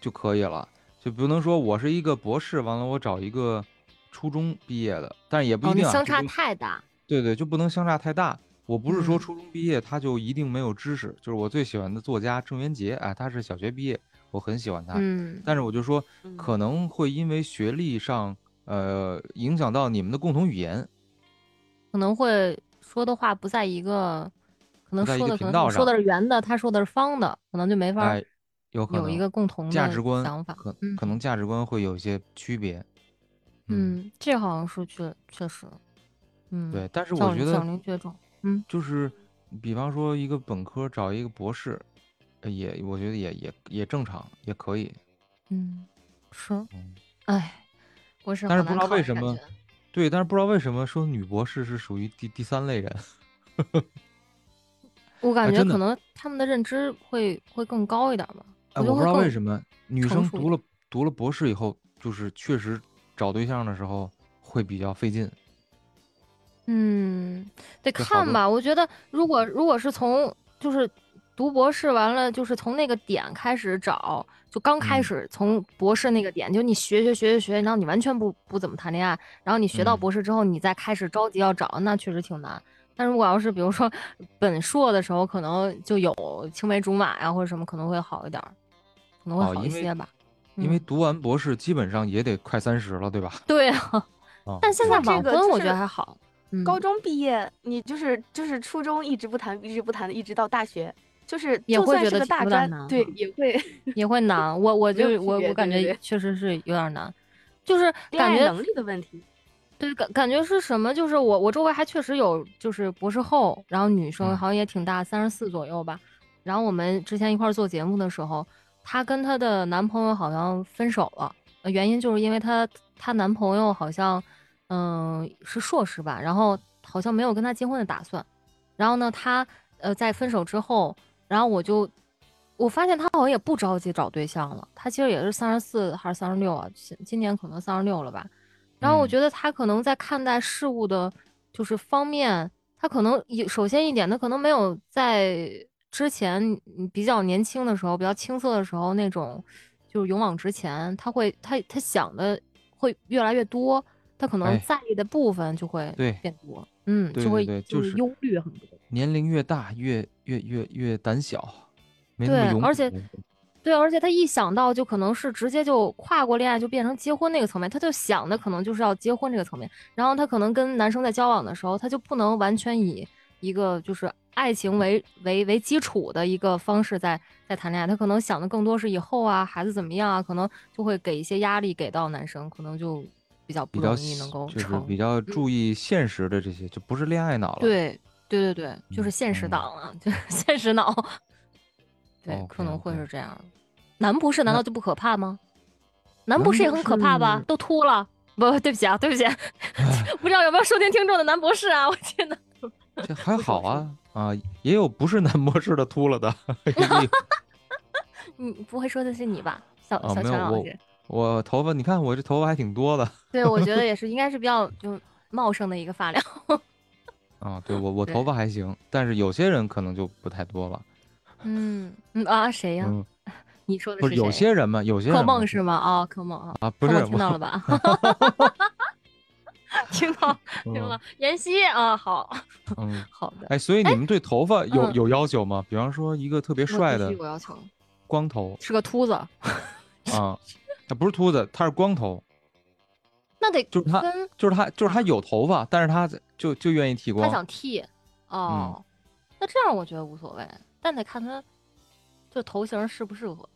S1: 就可以了，就不能说我是一个博士，完了我找一个初中毕业的，但也不
S2: 哦，
S1: 一
S2: 你
S1: 定、啊
S2: 相
S1: 就
S2: 差
S1: 不
S2: 太大。
S1: 对对，就不能相差太大。我不是说
S2: 嗯
S1: 初中毕业他就一定没有知识，就是我最喜欢的作家郑渊洁，哎，他是小学毕业，我很喜欢他。
S2: 嗯，
S1: 但是我就说，
S3: 嗯
S1: 可能会因为学历上，呃，影响到你们的共同语言。
S2: 可能会说的话不在一个，可能
S1: 不在一
S2: 说
S1: 个
S2: 的可
S1: 频
S2: 能
S1: 道
S2: 我说的
S1: 上
S2: 是圆的，他说的是方的，可能就没法儿
S1: 哎，有可
S2: 有
S1: 能
S2: 一个共同的
S1: 价值观
S2: 想法。
S1: 可
S2: 嗯
S1: 可能价值观会有一些区别。
S2: 嗯，这好像是确确实，嗯，
S1: 对，，但是
S2: 小
S1: 我觉
S2: 林小
S1: 得
S2: 林绝种，
S1: 就是，比方说一个本科找一个博士，呃也我觉得也也也正常，也可以。
S2: 嗯，是，
S1: 嗯，
S2: 哎，博士
S1: 但是
S2: 好
S1: 不
S2: 难
S1: 知道
S2: 考
S1: 为
S2: 的
S1: 什
S2: 感
S1: 么
S2: 觉
S1: 对，但是不知道为什么说女博士是属于第第三类人。
S2: 我感
S1: 哎
S2: 觉
S1: 真的
S2: 可能他们的认知会会更高一点吧。
S1: 哎，
S2: 就
S1: 我不
S2: 会
S1: 知道为
S2: 更
S1: 什么女
S2: 成
S1: 生
S2: 熟一
S1: 读了读了博士以后，就是确实找对象的时候会比较费劲。
S2: 嗯，得
S1: 就好
S2: 看
S1: 多
S2: 吧。我觉得如果如果是从就是读博士完了，就是从那个点开始找，就刚开
S1: 嗯
S2: 始从博士那个点，就你学学学学学，然后你完全不不怎么谈恋爱，然后你学到
S1: 嗯
S2: 博士之后，你再开始着急要找，那确实挺难。但如果要是比如说本硕的时候，可能就有青梅竹马呀、或者什么，可能会好一点儿，可能会
S1: 哦
S2: 好一
S1: 因为
S2: 些吧。
S1: 因为
S2: 嗯
S1: 读完博士基本上也得快三十了，对吧？
S2: 对啊，
S1: 啊，
S2: 但现在
S3: 那这
S2: 晚
S3: 个
S2: 婚
S3: 就
S2: 我觉得
S3: 是
S2: 还好。嗯
S3: 高中毕业，你就是就是初中一直不谈，一直不谈，一直到大学，就是
S2: 也
S3: 就
S2: 会觉
S3: 算是
S2: 得
S3: 个
S2: 挺
S3: 大
S2: 有点
S3: 专
S2: 难，
S3: 对
S2: 哈，
S3: 也会
S2: 也会难。我我
S3: 没有
S2: 就
S3: 区
S2: 我
S3: 别
S2: 我感
S3: 对对
S2: 觉
S3: 对
S2: 确实是有点难，就是
S3: 恋
S2: 感
S3: 爱
S2: 觉
S3: 能力的问题。
S2: 对感感觉是什么？就是我我周围还确实有就是博士后，然后女生
S1: 嗯
S2: 好像也挺大，三十四左右吧。然后我们之前一块儿做节目的时候，她跟她的男朋友好像分手了，呃原因就是因为她她男朋友好像嗯、是硕士吧，然后好像没有跟她结婚的打算。然后呢，她呃在分手之后，然后我就我发现她好像也不着急找对象了，她其实也是三十四还是三十六啊，今今年可能三十六了吧。然后我
S1: 嗯
S2: 觉得她可能在看待事物的，就是方面，她可能有首先一点，她可能没有在之前嗯比较年轻的时候、比较青涩的时候那种，就是勇往直前，她会她她想的会越来越多，她可能
S1: 哎
S2: 在意的部分就会
S1: 对
S2: 变多，嗯，
S1: 对
S2: 就会
S1: 对对
S2: 就
S1: 就是是
S2: 忧虑很多。
S1: 年龄越大越越越越胆小，没那么
S2: 对
S1: 勇
S2: 而
S1: 敢
S2: 且
S1: 了
S2: 对，而且他一想到就可能是直接就跨过恋爱就变成结婚那个层面，他就想的可能就是要结婚这个层面。然后他可能跟男生在交往的时候，他就不能完全以一个就是爱情为为为基础的一个方式在在谈恋爱，他可能想的更多是以后啊，孩子怎么样啊，可能就会给一些压力给到男生，可能就比较
S1: 比
S2: 不
S1: 较
S2: 容易能够
S1: 就是
S2: 成。
S1: 比较注意现实的这些，就不是恋爱脑了。，
S2: 嗯对对对对，就是
S1: 嗯
S2: 现实
S1: 嗯
S2: 党了， 就是现实脑。对，可能会
S1: 哦 OK，OK
S2: 是这样的。男博士难
S1: 那
S2: 道就不可怕吗？男
S1: 男
S2: 博士也
S1: 博
S2: 很可怕吧
S1: 士？
S2: 都秃了。不，对不起啊，对不起， 不知道有没有收听听众的男博士啊？我天哪！
S1: 这还
S2: 不少
S1: 好
S2: 数
S1: 啊啊，也有不是男博士的秃了的。
S2: 你不会说的是你吧，小
S1: 啊
S2: 小
S1: 没
S2: 泉
S1: 有
S2: 老
S1: 我
S2: 师？
S1: 我头发，你看我这头发还挺多的
S2: 对，我觉得也是，应该是比较就茂盛的一个发 量。
S1: 啊。对我我
S2: 对
S1: 头发还行，但是有些人可能就不太多了。
S2: 嗯嗯啊，谁呀？
S1: 嗯，
S2: 你说的
S1: 不是
S2: 谁？
S1: 有些人嘛，有些
S2: 哦柯
S1: 人嘛
S2: 梦是吗？啊，柯梦啊，
S1: 啊，不
S2: 柯
S1: 是
S2: 梦听
S1: 我
S2: 到了吧？听到听到，妍希啊，好
S1: 嗯，
S2: 好的，
S1: 哎，所以你们对头发有
S2: 嗯
S1: 有要求吗？比方说一个特别
S2: 那
S1: 帅
S2: 必
S1: 的
S2: 须我要求
S1: 光头
S2: 是个秃子，
S1: 啊，他不是秃子，他是光头，
S2: 那得
S1: 就是他
S2: 跟
S1: 就是他就是他有头发，但是他就就愿意剃
S2: 他
S1: 光。
S2: 想剃哦，
S1: 嗯
S2: 那这样我觉得无所谓，但得看他就头型适不适合，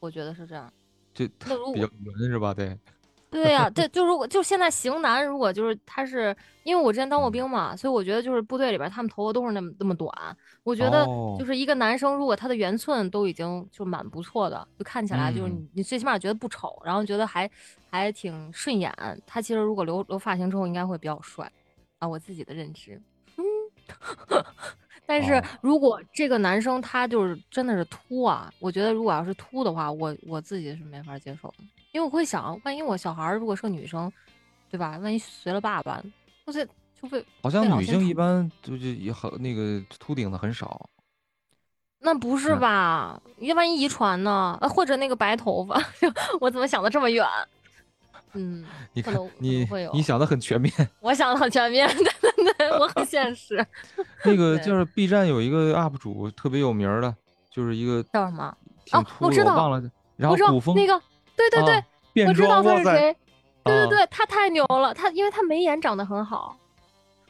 S2: 我觉得是这样。
S1: 就
S2: 那如
S1: 比
S2: 果
S1: 较圆是吧？对，
S2: 对呀、对，就如果就现在型男，如果就是他是因为我之前
S1: 嗯
S2: 当过兵嘛，所以我觉得就是部队里边他们头发都是那么那么短，我觉得
S1: 哦
S2: 就是一个男生如果他的圆寸都已经就蛮不错的，就看起来就是
S1: 嗯
S2: 你你最起码觉得不丑，然后觉得还还挺顺眼，他其实如果留留发型之后应该会比较帅啊，我自己的认知，嗯，但是
S1: 哦
S2: 如果这个男生他就是真的是秃啊，我觉得如果要是秃的话，我我自己是没法接受的。因为我会想，万一我小孩儿如果是个女生，对吧？万一随了爸爸，我这就会
S1: 好
S2: 对
S1: 像
S2: 好
S1: 女
S2: 像
S1: 性一
S2: 秃
S1: 般就是也很那个秃顶的很少。
S2: 那不是
S1: 是
S2: 吧？要万一遗传呢？啊，或者那个白头发， 我怎么想的这么远？ 嗯，
S1: 你
S2: 可
S1: 看
S2: 能可能
S1: 你
S2: 会有
S1: 你想的很全 面。
S2: 我想的很全面， 对对对，我很现实。
S1: 那个
S2: 对
S1: 就是 B 站有一个 UP 主特别有名儿的，就是一个
S2: 叫什么？
S1: 挺
S2: 哦
S1: 秃的，
S2: 我知道
S1: 忘了。然
S2: 我
S1: 后
S2: 知道
S1: 古风
S2: 那个，对对对，
S1: 啊变
S2: 我知道
S1: 装，
S2: 他
S1: 哇
S2: 是
S1: 塞，
S2: 谁。对对
S1: 啊
S2: 对，他太牛了，他因为他眉眼长得很好，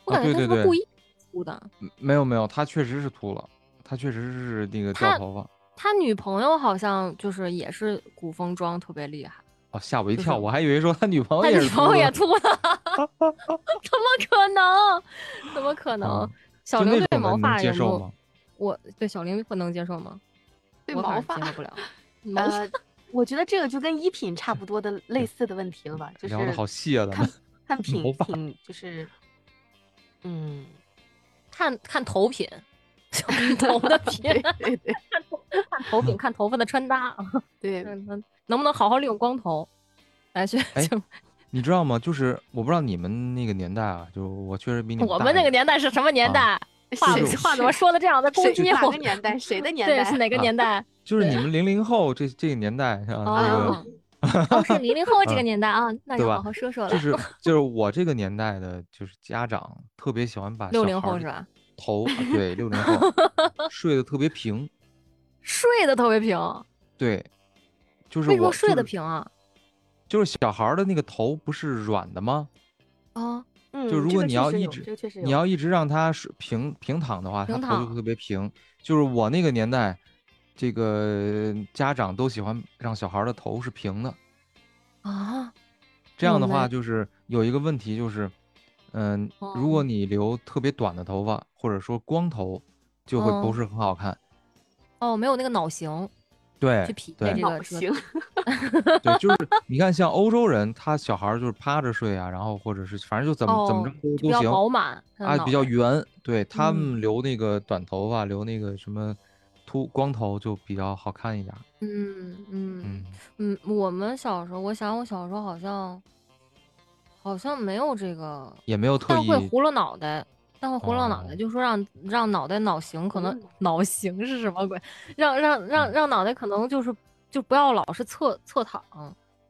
S2: 我
S1: 啊
S2: 感觉
S1: 对对
S2: 他是不是
S1: 对
S2: 故意涂的？
S1: 嗯没有没有，他确实是秃了，他确实是那个掉
S2: 他
S1: 头发。
S2: 他女朋友好像就是也是古风装特别厉害。
S1: 哦，吓我一
S2: 就
S1: 跳，
S2: 是
S1: 我还以为说他女朋友
S2: 他
S1: 也
S2: 女
S1: 是
S2: 朋友
S1: 秃
S2: 也
S1: 子
S2: 秃了，怎么可能？怎么可能？
S1: 啊
S2: 小
S1: 就
S2: 玲
S1: 那
S2: 对
S1: 种的
S2: 毛
S1: 你能
S2: 发
S1: 接
S2: 有没
S1: 受
S2: 有？
S1: 吗？
S2: 我对小玲会能接受吗？
S3: 对
S2: 我
S3: 毛
S2: 反
S3: 发
S2: 正接受不 了。毛发
S3: 呃，我觉得这个就跟衣品差不多的类似的问题了吧，就是
S1: 聊的好细啊，咱
S3: 看
S1: 们。
S3: 看品
S1: 毛发
S3: 品就是，嗯，
S2: 看看头品，小玲头 的品，
S3: 对对对
S2: 看头品，看头发的穿搭，啊
S3: 对，
S2: 看能能不能好好利用光头来去。
S1: 哎
S2: 就
S1: 你知道吗？就是我不知道你们那个年代啊，就我确实比你
S2: 我
S1: 大
S2: 们
S1: 一
S2: 那个
S1: 点
S2: 年代是什么年
S1: 啊
S2: 代？话
S1: 是
S2: 话怎么说的这样在攻
S3: 谁
S2: 击
S3: 哪
S2: 我
S3: 个？年代？谁的年
S2: 对，是
S3: 代？
S2: 哪个
S1: 啊
S2: 年代？
S1: 就是你们零零后这这个年代啊，
S2: 哦
S1: 那，
S2: 哦，是零零后这个年代啊，那
S1: 对
S2: 就
S1: 吧
S2: 好好说说
S1: 个
S2: 了。
S1: 就是就是我这个年代的，就是家长特别喜欢把
S2: 六
S1: 小
S2: 零
S1: 孩儿
S2: 后
S1: 的
S2: 是吧？
S1: 头啊对六零 后睡得特别平，
S2: 睡得特别平，
S1: 对，就是
S2: 为什么
S1: 我
S2: 睡得
S1: 就是
S2: 平啊？
S1: 就是小孩儿的那个头不是软的吗？
S2: 啊，
S3: 嗯，
S1: 就如
S3: 这
S1: 果
S3: 个
S1: 你
S3: 确
S1: 要
S3: 实
S1: 一
S3: 有
S1: 直
S3: 这个确实有，
S1: 你要一直让他是平平躺的话，他
S2: 哦平
S1: 头就
S2: 躺
S1: 特别平。就是我那个年代，这个家长都喜欢让小孩儿的头是平的。
S2: 啊，
S1: 这样的
S2: 明
S1: 话，
S2: 白哦
S1: 就是有一个问题就是，嗯、如果你留特别短的头发，或者说光头，就会
S2: 哦
S1: 不是很好看。
S2: 哦，没有那个脑型去
S1: 对
S2: 匹配
S1: 对
S2: 这
S3: 脑
S2: 个这
S3: 型
S2: 个，
S1: 对，就是 你看，像欧洲人，他小孩儿就是趴着睡啊，然后或者是反正就怎么、怎么
S2: 哦
S1: 着，都
S2: 就比
S1: 都
S2: 较
S1: 行。
S2: 饱满，他的
S1: 啊，
S2: 脑嗯
S1: 比较
S2: 袋
S1: 圆，对他们
S2: 嗯
S1: 留那个短头发，留那个什么秃光头就比较好看一点儿。
S2: 嗯嗯
S1: 嗯，
S2: 嗯，我们小时候，我想我小时候好像好像没有这个，
S1: 也没有特
S2: 但
S1: 意
S2: 会糊了脑袋。但会糊了脑袋，
S1: 哦
S2: 就说让让脑袋脑型可能
S3: 嗯
S2: 脑型是什么鬼？让让让
S1: 嗯
S2: 让脑袋可能就是就不要老是侧侧躺，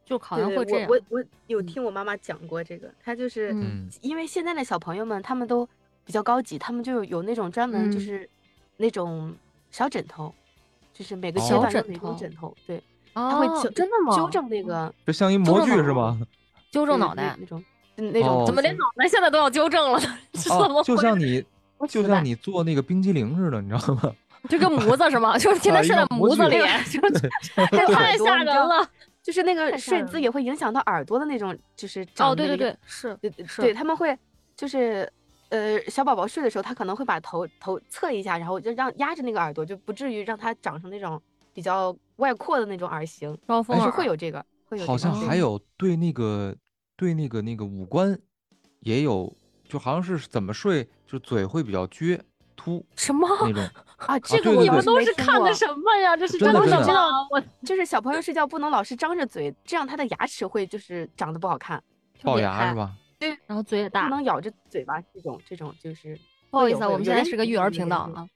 S2: 就好像
S3: 对
S2: 会这样。
S3: 我我我有
S2: 嗯
S3: 听我妈妈讲过这个，她就是、
S2: 嗯
S1: 嗯
S3: 因为现在的小朋友们他们都比较高级，他们就有有那种专门就
S2: 嗯
S3: 是那种小枕头，就是每个阶
S1: 哦
S3: 段
S2: 小
S3: 有
S2: 枕
S3: 每种
S2: 头
S3: 枕头，对，他
S2: 啊，
S3: 会纠
S2: 真的吗？
S3: 纠正那个
S1: 这像一模
S2: 正
S1: 具
S2: 脑
S1: 是 吗？
S2: 纠
S3: 就
S2: 正
S3: 是
S2: 脑
S3: 那
S2: 袋，
S3: 那种嗯那种
S1: 哦
S2: 怎么连脑袋现在都要纠正了呢？ 这怎么
S1: 哦，就
S2: 回
S1: 像
S2: 事
S1: 你就
S2: 死
S1: 像
S2: 板
S1: 你做那个冰淇淋似的，你知道吗？
S2: 就跟模子是吗？ 就是天
S1: 啊
S2: 天
S1: 一
S2: 睡在
S1: 个模
S2: 模子
S1: 具
S2: 里， 就是
S3: 还有
S2: 太
S3: 耳朵
S2: 吓
S3: 你
S2: 人
S3: 知道
S2: 了。
S3: 就是那个
S2: 太吓
S3: 睡
S2: 人
S3: 姿
S2: 了
S3: 也会影响到耳朵的那种，就是
S2: 哦，
S3: 长
S2: 对
S3: 的
S2: 对
S3: 那个
S2: 对，是
S3: 对对
S2: 是
S3: 对，他们会就是呃，小宝宝睡的时候，他可能会把头头侧一下，然后就让压着那个耳朵，就不至于让它长成那种比较外扩的那种耳型，
S2: 招风
S3: 是
S2: 耳
S3: 会有这个，会有这个。
S1: 好像
S2: 对
S1: 还有对那个对那个那个五官也有，就好像是怎么睡，就嘴会比较撅 凸
S2: 什么？
S1: 那种。
S3: 啊，这个
S1: 对对
S2: 你
S3: 我
S1: 对
S2: 们
S3: 倒是
S2: 都
S3: 没
S2: 是
S3: 听
S2: 看
S3: 过
S2: 的什么呀？这是
S1: 真的
S2: 真
S1: 真
S2: 的
S1: 的
S2: 吗？我
S3: 就是小朋友睡觉不能老是张着嘴，这样他的牙齿会就是长得不好看，
S1: 龅牙是
S2: 吧？
S1: 吧？
S2: 然后嘴也
S3: 不
S2: 大。
S3: 能咬着嘴巴，这种这种就是。
S2: 啊不好
S3: 会
S2: 意
S3: 有
S2: 思啊，我
S3: 会有
S2: 们
S3: 有
S2: 现在
S3: 人
S2: 是个
S3: 有
S2: 育
S3: 人
S2: 儿
S3: 有
S2: 频
S3: 人
S2: 道
S3: 有人
S2: 啊，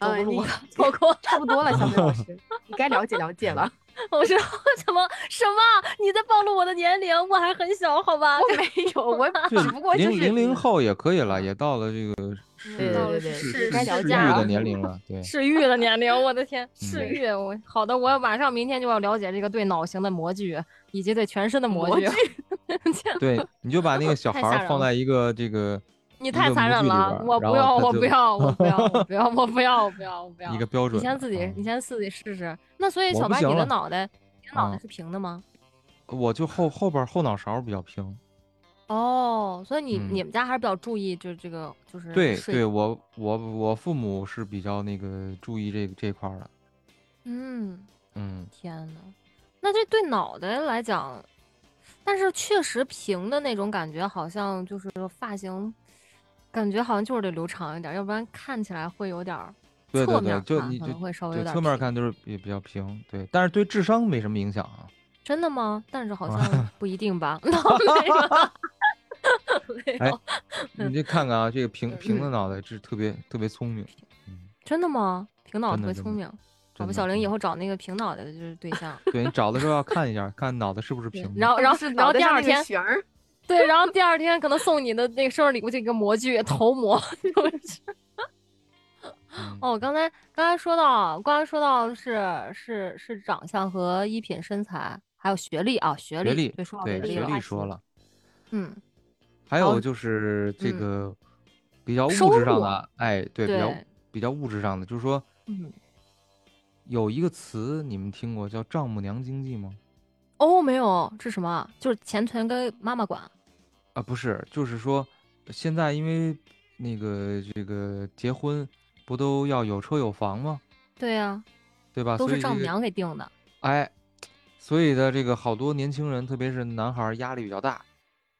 S3: 呃
S2: 走
S3: 你
S2: 过路，走过。
S3: 差不多了，小美老师，你该了解了解了。
S2: 我说怎么什么？你在暴露我的年龄，我还很小，好吧？
S3: 我没有，我
S1: 这
S3: 只不过就
S1: 零
S3: 是
S1: 零零后也可以了，也到了这个
S3: 对
S1: 是
S2: 到
S3: 对
S2: 了
S3: 对对，
S2: 是
S1: 是
S3: 该
S2: 该
S3: 小
S1: 是
S2: 是
S1: 育
S2: 家
S1: 的
S2: 了
S1: 年龄了，对，
S2: 是育的年龄，我 的天，是
S1: 嗯
S2: 育。我好的，我马上明天就要了解这个对脑型的模具，以及对全身的模
S3: 模
S2: 具。天
S1: 对，你就把那个小
S2: 太
S1: 孩
S2: 吓
S1: 儿
S2: 人
S1: 放
S2: 了
S1: 在一个这个
S2: 你
S1: 一
S2: 太
S1: 个
S2: 残
S1: 模
S2: 忍
S1: 具里
S2: 了
S1: 边，儿
S2: 我
S1: 然
S2: 不
S1: 后
S2: 要，
S1: 他
S2: 我
S1: 就
S2: 不要，我不要，我不要，我不要，我不要，我不 要。
S1: 一个标准
S2: 你
S1: 的。
S2: 先自己，你
S1: 嗯
S2: 先自己试试。那所以
S1: 我
S2: 小
S1: 不
S2: 白，你
S1: 行
S2: 的
S1: 了
S2: 脑袋，你的脑袋
S1: 啊
S2: 是平的吗？
S1: 我就后后边儿后脑勺儿比较平。
S2: 哦，所以你
S1: 嗯
S2: 你们家还是比较注意，就是这个就是
S1: 对
S2: 嗯睡
S1: 对，我我我父母是比较那个注意这这块儿的。
S2: 嗯，
S1: 嗯，
S2: 天呐，那这对脑袋来讲，但是确实平的那种感觉，好像就是发型，感觉好像就是得留长一点，要不然看起来会有点儿
S1: 对对
S2: 侧面
S1: 对，就
S2: 儿看
S1: 你
S2: 可
S1: 就
S2: 能会稍微有
S1: 就
S2: 点
S1: 侧面儿
S2: 平。
S1: 看就是也比较平，对，但是对智商没什么影响 啊。
S2: 真的吗？但是好
S1: 啊
S2: 像不一定吧？那没有，没
S1: 哎
S2: 有，
S1: 你这看看啊，这个平平的
S2: 嗯
S1: 脑袋是特别特别聪明，嗯，
S2: 真的吗？平脑
S1: 真
S2: 特
S1: 的
S2: 别
S1: 真
S2: 聪
S1: 的
S2: 明，我
S1: 真
S2: 们
S1: 的
S2: 小玲以
S1: 嗯
S2: 后找那个平脑袋的就是对 象。
S1: 对你找的时候要看一下，看脑袋是不是
S2: 对
S1: 平的。
S2: 然后，然后，然后第二天，
S3: 旋儿，
S2: 对，然后第二天可能送你的那个生日礼物就一个模 具头模。
S1: 嗯
S2: 哦，我刚才刚才说到，刚才说到的是是是长相和衣品、身材，还有学历啊，学历。
S1: 学历
S2: 对，说到
S1: 对
S2: 学历
S1: 学
S2: 了
S1: 历说，了，
S2: 嗯，
S1: 还
S2: 好
S1: 有就是这
S2: 嗯
S1: 个比较物
S2: 收
S1: 质上
S2: 入
S1: 的，哎，对，比较
S2: 对
S1: 比较物质上的，就是说
S2: 嗯，
S1: 有一个词你们听过叫丈母娘经济吗？
S2: 哦，没有，这是什么啊？就是钱全跟妈妈管。
S1: 啊，不是，就是说现在因为那个这个结婚不都要有车有房吗？
S2: 对呀、
S1: 对吧？
S2: 都
S1: 啊所
S2: 是
S1: 以
S2: 丈
S1: 这
S2: 母
S1: 个
S2: 娘给定的。
S1: 哎，所以的这个好多年轻人，特别是男孩儿，压力比较大，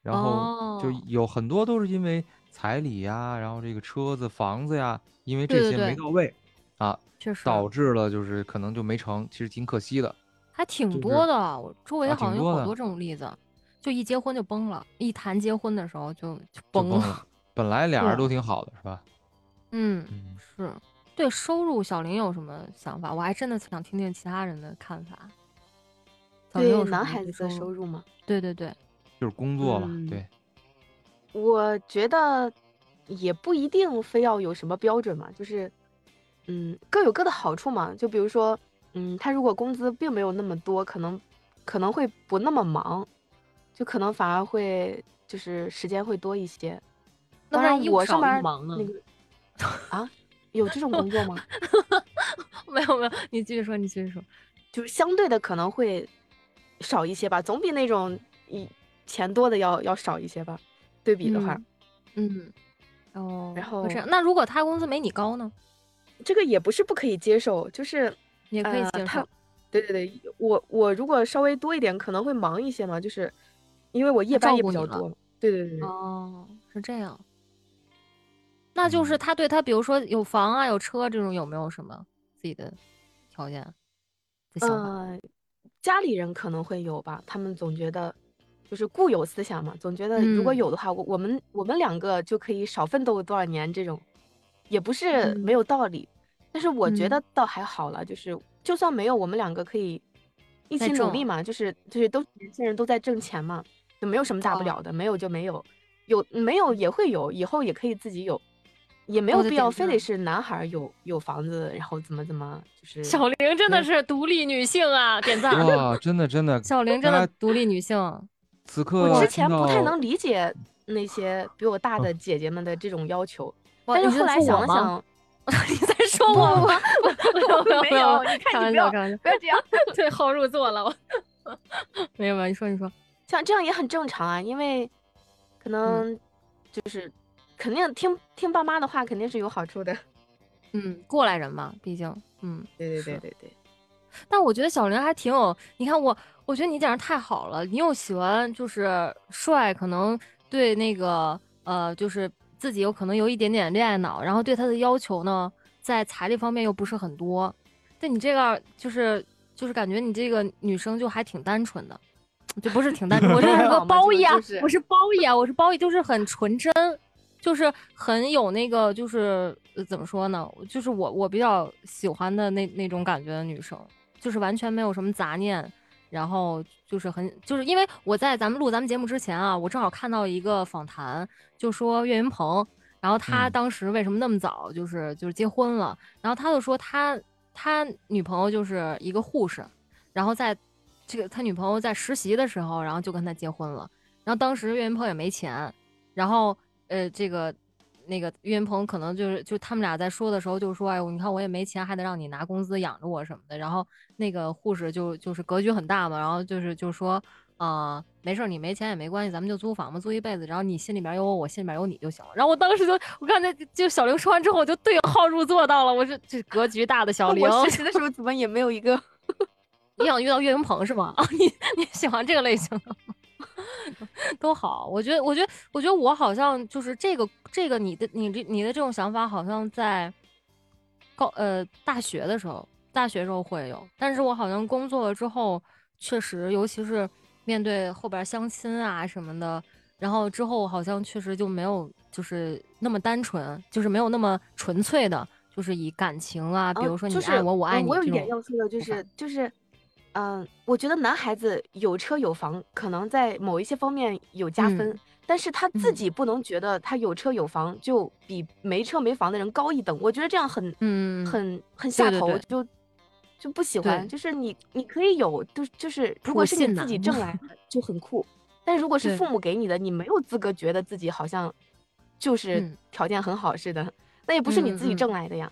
S1: 然后就
S2: 哦
S1: 有很多都是因为彩礼呀，然后这个车子、房子呀，因为这
S2: 对对
S1: 些没
S2: 对嗯
S1: 到位啊，
S2: 确实，
S1: 导致了就是可能就没成，其实挺可惜的。
S2: 还
S1: 就
S2: 挺
S1: 是
S2: 多的。我周围
S1: 啊
S2: 好像
S1: 挺
S2: 有
S1: 多
S2: 好
S1: 的
S2: 多这种例子，就一结婚就崩了，一谈结婚的时候就就
S1: 就
S2: 崩
S1: 崩了。本来俩人
S2: 对
S1: 都挺好的，是吧？
S2: 嗯，
S1: 嗯，
S2: 是对收入，小林有什么想法？我还真的想听听其他人的看法。小林有
S3: 对
S2: 什么
S3: 男孩
S2: 对
S3: 子的收
S2: 入，
S3: 入嘛，
S2: 对对对，
S1: 就是工作吧，
S3: 嗯
S1: 对，
S3: 我觉得也不一定非要有什么标准嘛，就是，嗯，各有各的好处嘛。就比如说，嗯，他如果工资并没有那么多，可能可能会不那么忙，就可能反而会就是时间会多一些。
S2: 那
S3: 当
S2: 万
S3: 然
S2: 一，
S3: 我
S2: 不
S3: 上
S2: 少
S3: 班
S2: 一
S3: 儿
S2: 忙呢
S3: 那个啊，有这种工作 吗？
S2: 没有没有，你继续说，你继续说。
S3: 就是相对的可能会少一些吧，总比那种一钱多的要要少一些吧。对比的话，
S2: 嗯，哦，
S3: 然
S2: 会这
S3: 后
S2: 样。那如果他工资没你高呢，
S3: 这个也不是不可以接受，就是
S2: 也可以
S3: 呃
S2: 接
S3: 他
S2: 受。
S3: 对对对，我我如果稍微多一点，可能会忙一些嘛，就是因为我夜
S2: 他照
S3: 班也
S2: 顾
S3: 比
S2: 你
S3: 较
S2: 了
S3: 多嘛。对对对对，
S2: 哦，是这样。那就是
S1: 嗯
S2: 他对他，比如说有房啊、有车这种，有没有什么自己的条件的想法？
S3: 嗯、家里人可能会有吧，他们总觉得就是固有思想嘛，总觉得如果
S2: 嗯
S3: 有的话，我我们我们两个就可以少奋斗多少年这种，也不是没有道理，但是我觉
S2: 嗯
S3: 得倒还好了，就是就算没有，我们两个可以一
S2: 再
S3: 起努
S2: 挣
S3: 力嘛，就是就是都年轻人都在挣钱嘛，就没有什么大不
S2: 哦
S3: 了的，没有就没有，有没有也会有，以后也可以自己有。也没
S2: 我
S3: 有
S2: 的
S3: 必
S2: 点
S3: 要，非
S2: 子
S3: 得是男孩儿有有房子，然后怎么怎么，就是
S2: 小玲真的
S3: 呃没
S2: 是独立女性啊，点赞！
S1: 哇，真的真的，
S2: 小玲真
S1: 大
S2: 的
S1: 家
S2: 独立女性，
S1: 此刻
S3: 我之
S1: 啊听
S3: 前不太
S1: 到
S3: 能理解那些比我大的姐姐们的这种要求，
S2: 哇
S3: 但是
S2: 你
S3: 后
S2: 在
S3: 来
S2: 说
S3: 想
S2: 我
S3: 了
S2: 吗
S3: 想，
S2: 你在说我吗？不 不不没
S3: 没有
S2: 有，
S3: 你看
S2: 开
S3: 你
S2: 玩笑，
S3: 不要
S2: 开 玩笑，
S3: 不要这样，
S2: 对号入座了，我 没有没有，你说你说，
S3: 像这样也很正常啊，因为可能就是肯定听听爸妈的话肯定是有好处的。
S2: 嗯，过来人嘛，毕竟，嗯，
S3: 对对
S2: 是
S3: 对对对，
S2: 但我觉得小玲还挺有，你看我，我觉得你简直太好了，你又喜欢就是帅，可能对那个呃，就是自己有可能有一点点恋爱脑，然后对他的要求呢，在财力方面又不是很多，对你这个就是就是感觉你这个女生就还挺单纯的，就不是挺单纯，我这是个
S3: 好嘛
S2: 褒义啊
S3: 这个就是，
S2: 我是褒义啊，我是褒义，就是很纯真，就是很有那个，就是、呃、怎么说呢？就是我我比较喜欢的那那种感觉的女生，就是完全没有什么杂念，然后就是很就是因为我在咱们录咱们节目之前啊，我正好看到一个访谈，就说岳云鹏，然后他
S1: 嗯
S2: 当时为什么那么早就是就是结婚了，然后他就说他他女朋友就是一个护士，然后在这个他女朋友在实习的时候，然后就跟他结婚了，然后当时岳云鹏也没钱，然后呃这个。那个岳云鹏可能就是就他们俩在说的时候就说，哎呦，你看我也没钱，还得让你拿工资养着我什么的。然后那个护士就就是格局很大嘛，然后就是就说，啊、没事儿，你没钱也没关系，咱们就租房嘛，租一辈子，然后你心里边有我，我心里边有你就行了。然后我当时就，我刚才就小玲说完之后，我就对号入座到了，我是这格局大的小
S3: 那
S2: 玲。
S3: 我实习的时候怎么也没有一个
S2: 你想遇到岳云鹏是吗？啊，你你喜欢这个类型的吗？ 都好，我觉得，我觉得，我觉得我好像就是这个这个你的你这你的这种想法，好像在高呃大学的时候，大学时候会有，但是我好像工作了之后，确实，尤其是面对后边相亲啊什么的，然后之后好像确实就没有就是那么单纯，就是没有那么纯粹的，就是以感情啊，比
S3: 嗯
S2: 如说你
S3: 就是
S2: 爱我，我
S3: 嗯
S2: 爱你
S3: 我有
S2: 这
S3: 一点
S2: 种。
S3: 要说的就
S2: 不法
S3: 是就是，嗯，我觉得男孩子有车有房，可能在某一些方面有加分，
S2: 嗯
S3: 但是他自
S2: 嗯
S3: 己不能觉得他有车有房就比没车没房的人高一等。我觉得这样很
S2: 嗯
S3: 很很下
S2: 对
S3: 头，
S2: 对
S3: 就就不喜欢。
S2: 对
S3: 就是你你可以有，就就是
S2: 普
S3: 如果是
S2: 信
S3: 你自
S2: 男
S3: 己
S2: 嘛
S3: 挣来的就很酷，但如果
S2: 对
S3: 是父母给你的，你没有资格觉得自己好像就是
S2: 嗯
S3: 条件很好似的，那也不是你
S2: 嗯
S3: 自己
S2: 嗯
S3: 挣来的呀。